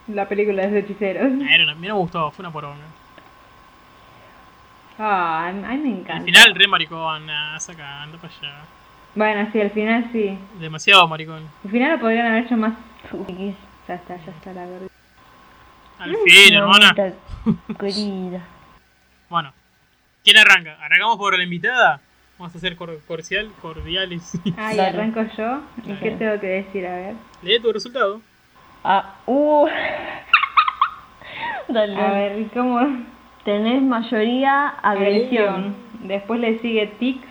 C: La película de los hechiceros.
A: Ah, Era una, a mí no me gustó, fue una poronga.
C: Ah, a mí me
A: Al
C: encanta.
A: final, re maricón, ah, saca, anda para allá.
C: Bueno, sí, al final sí.
A: Demasiado maricón.
C: Al final lo podrían haber hecho más.
B: X.
C: Ya está, ya está la verdad.
A: Al
B: Mm,
A: fin, hermana.
B: Mamita
A: [LAUGHS]
B: Querida.
A: Bueno, ¿quién arranca? ¿Arrancamos por la invitada? Vamos a ser cor- cordial,
B: [LAUGHS]
A: cordiales.
C: Ay,
B: Dale.
C: arranco yo. ¿Y
A: Dale.
C: qué tengo que decir? A ver.
A: Lee tu resultado.
B: Ah, uh. [LAUGHS] Dale.
C: A ver, ¿y ¿cómo?
B: Tenés mayoría agresión.
C: Agresión. Después le sigue tics.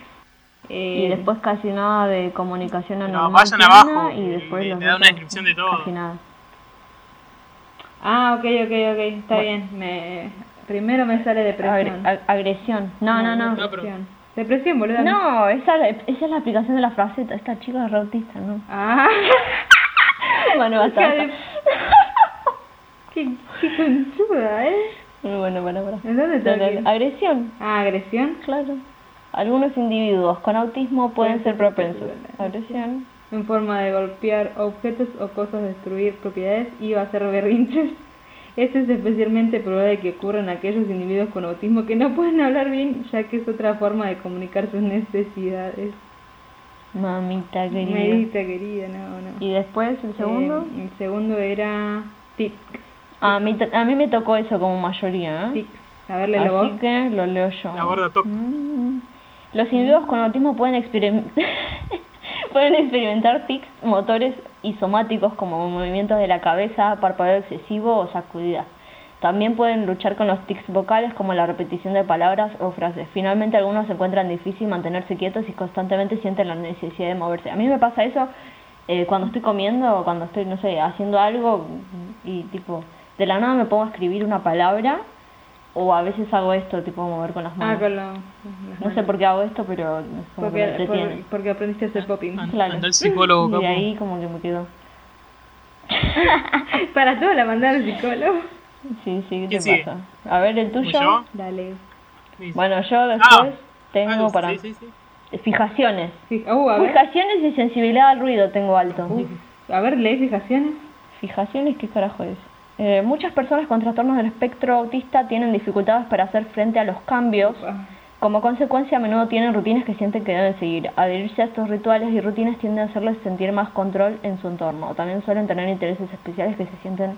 C: eh,
B: Y después casi nada de comunicación anormal.
A: No, vayan
B: sana,
A: abajo.
B: Y después
A: le,
B: los
A: le da una
B: otros
A: descripción de todo.
B: Casi nada.
C: Ah, ok, ok, ok. Está bien. Me... Primero me sale
B: Agre-
C: depresión.
B: ag- agresión. No, no, no.
A: No, pero-
C: Depresión. Depresión, boludo.
B: No, esa, esa es la aplicación de la frase. Esta chica es re autista, [LAUGHS] ¿no?
C: Ah.
B: Bueno, basta.
C: [LAUGHS] Hija de-
B: basta.
C: Qué, qué conchuda, ¿eh?
B: Muy bueno, bueno, bueno.
C: ¿En dónde está?
B: Dale,
C: bien?
B: Agresión.
C: Ah, agresión.
B: Claro. Algunos individuos con autismo pueden ser propensos. Agresión.
C: En forma de golpear objetos o cosas, destruir propiedades y o hacer berrinches. Esto es especialmente probable que ocurra en aquellos individuos con autismo que no pueden hablar bien, ya que es otra forma de comunicar sus necesidades.
B: Mamita querida.
C: Medita, querida, no, no.
B: Y después, el segundo.
C: Eh, el segundo era tic,
B: A mí, t- a mí me tocó eso como mayoría. ¿eh?
C: tic. A verle la voz.
B: Así que lo leo yo.
A: La gorda toca.
B: Ah, Mm. Los individuos con autismo pueden, experim- [LAUGHS] pueden experimentar tics motores y somáticos como movimientos de la cabeza, parpadeo excesivo o sacudidas. También pueden luchar con los tics vocales como la repetición de palabras o frases. Finalmente algunos encuentran difícil mantenerse quietos y constantemente sienten la necesidad de moverse. A mí me pasa eso eh, cuando estoy comiendo o cuando estoy, no sé, haciendo algo y tipo, de la nada me pongo a escribir una palabra o a veces hago esto, tipo mover con las manos.
C: Ah, con lo- las
B: No sé
C: manos.
B: por qué hago esto, pero es como que me
C: porque, por-
B: entretiene.
C: porque aprendiste a
B: Ah.
C: hacer popping.
A: An-
B: Claro.
A: Anda el psicólogo,
B: Y de
A: capo.
B: ahí como que me quedó.
C: [LAUGHS] Para todo la mandar al psicólogo.
B: Sí, sí, ¿qué
A: ¿Quién
B: te
A: sigue?
B: pasa? A ver, el
A: ¿Voy
B: tuyo.
A: yo?
C: Dale.
A: Sí.
B: Bueno, yo después
A: Ah,
B: tengo para
A: Sí, sí, sí.
B: fijaciones.
C: Fija- uh, a ver.
B: Fijaciones y sensibilidad al ruido tengo alto.
C: Uh, a ver, lee fijaciones.
B: Fijaciones, ¿qué carajo es? Eh, muchas personas con trastornos del espectro autista tienen dificultades para hacer frente a los cambios.
C: Upa.
B: Como consecuencia, a menudo tienen rutinas que sienten que deben seguir. Adherirse a estos rituales y rutinas tiende a hacerles sentir más control en su entorno. También suelen tener intereses especiales que se sienten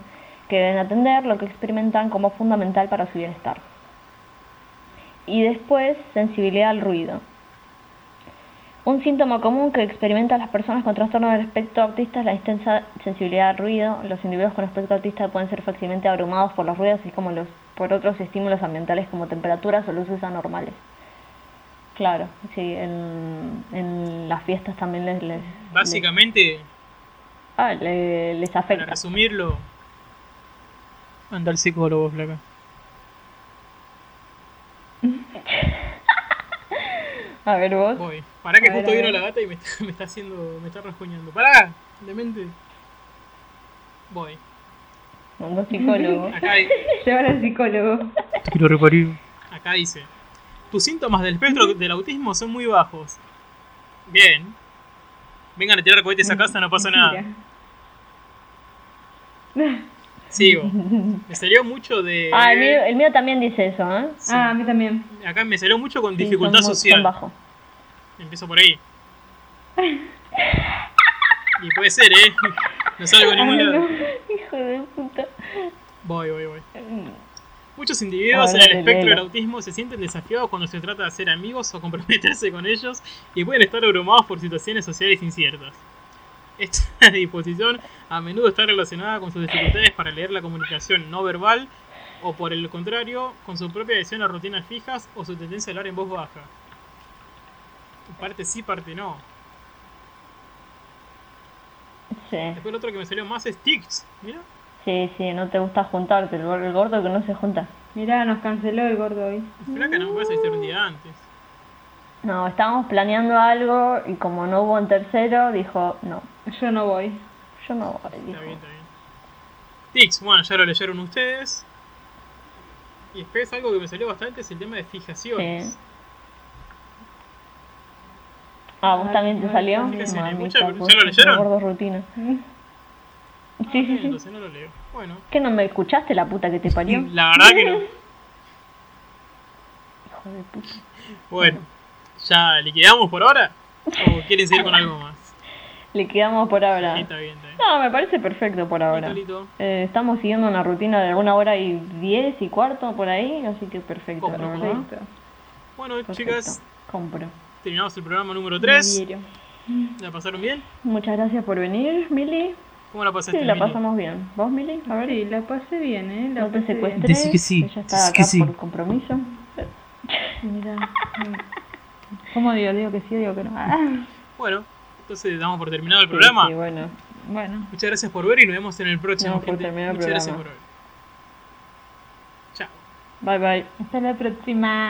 B: que deben atender, lo que experimentan como fundamental para su bienestar. Y después, sensibilidad al ruido. Un síntoma común que experimentan las personas con trastorno del espectro autista es la extensa sensibilidad al ruido. Los individuos con espectro autista pueden ser fácilmente abrumados por los ruidos, así como los, por otros estímulos ambientales como temperaturas o luces anormales. Claro, sí, en, en las fiestas también les... les
A: Básicamente,
B: les- ah, le- les
A: para
B: afecta.
A: resumirlo, anda al psicólogo, flaca.
B: A ver vos.
A: Voy. Pará que
C: A ver,
A: justo
C: a
A: vino
C: ver.
A: la gata y me está, me está haciendo. me está rasguñando. ¡Pará! Demente. Voy.
B: Son dos
A: [LAUGHS]
B: psicólogos.
A: Acá, hay-
C: Llevar al psicólogo.
A: Te quiero reparir. Acá dice: Tus síntomas del espectro del autismo son muy bajos. Bien. Vengan a tirar cohetes a casa, no pasa nada.
C: Mentira.
A: Sigo. Me salió mucho de.
B: Ah, el mío, el mío también dice eso, ¿eh?
A: Sí.
C: Ah, a mí también.
A: Acá me salió mucho con
B: Sí,
A: dificultad
B: son muy- son
A: social. [LAUGHS]
B: bajo.
A: Empiezo por ahí. Y puede ser, ¿eh? No salgo a ningún
B: Ay,
A: lado.
B: no, Hijo de puta.
A: Voy, voy, voy.
B: Mm.
A: Muchos individuos en
B: Ahora
A: el
B: te
A: espectro
B: leo.
A: del autismo se sienten desafiados cuando se trata de hacer amigos o comprometerse con ellos y pueden estar abrumados por situaciones sociales inciertas. Esta [LAUGHS] disposición a menudo está relacionada con sus dificultades para leer la comunicación no verbal o por el contrario, con su propia adhesión a rutinas fijas o su tendencia a hablar en voz baja. Parte sí, parte no.
B: Sí,
A: Después el otro que me salió más es Tics. Mira,
B: sí, sí, no te gusta juntarte. El, gor- el gordo que no se junta.
C: Mirá, nos canceló el gordo hoy.
A: flaca no me puedes avisar un día antes.
B: No, estábamos planeando algo y como no hubo un tercero, dijo, no,
C: Yo no voy.
B: yo no voy",
A: Está
B: dijo.
A: bien, está bien. Tics, bueno, ya lo leyeron ustedes. Y después algo que me salió bastante es el tema de fijaciones.
B: Sí. Ah, ¿vos
C: Ay,
B: también te
C: ay,
B: salió?
C: también.
A: Sí,
B: Mamita,
A: mucha- ¿ya
B: vos
A: lo
B: sos
A: leyeron?
B: un gordo rutina.
A: Ah,
B: Sí,
A: bien,
B: sí, sí.
A: Entonces no lo leo. Bueno,
B: ¿Qué no me escuchaste la puta que te parió?
A: la verdad que
B: [LAUGHS]
A: no.
B: Hijo de puta.
A: Bueno, ¿ya liquidamos por ahora? ¿O quieren seguir con algo más?
B: Le quedamos por ahora.
A: Sí, está bien, está bien.
B: No, me parece perfecto por ahora.
A: Listo, listo.
B: Eh, estamos siguiendo una rutina de una hora y diez y cuarto por ahí, así que perfecto,
A: Compro,
B: la verdad.
C: Perfecto.
A: Bueno,
B: Perfecto.
A: chicas,
B: Compro.
A: terminamos el programa número 3.
C: Quiero.
A: ¿La pasaron bien?
B: Muchas gracias por venir, Mili.
A: ¿Cómo la
B: Sí,
A: pasaste?
B: la
A: Mili?
B: pasamos bien. ¿Vos, Mili? A ver.
C: Sí, la pasé bien, ¿eh? La
B: No te
C: pasé bien.
B: secuestré.
A: Decí que sí,
B: Ella está
A: decí
B: acá
A: que sí.
B: por compromiso.
C: Mirá. ¿Cómo digo? Digo que sí, digo que no. Ah,
A: Bueno, entonces damos por terminado el
B: Sí,
A: programa.
B: sí, bueno.
C: bueno.
A: Muchas gracias por ver y nos vemos en el próximo.
B: No, por
A: gente.
B: terminar el
A: Muchas gracias por
B: programa.
A: ver. Chao.
B: Bye, bye.
C: Hasta la próxima.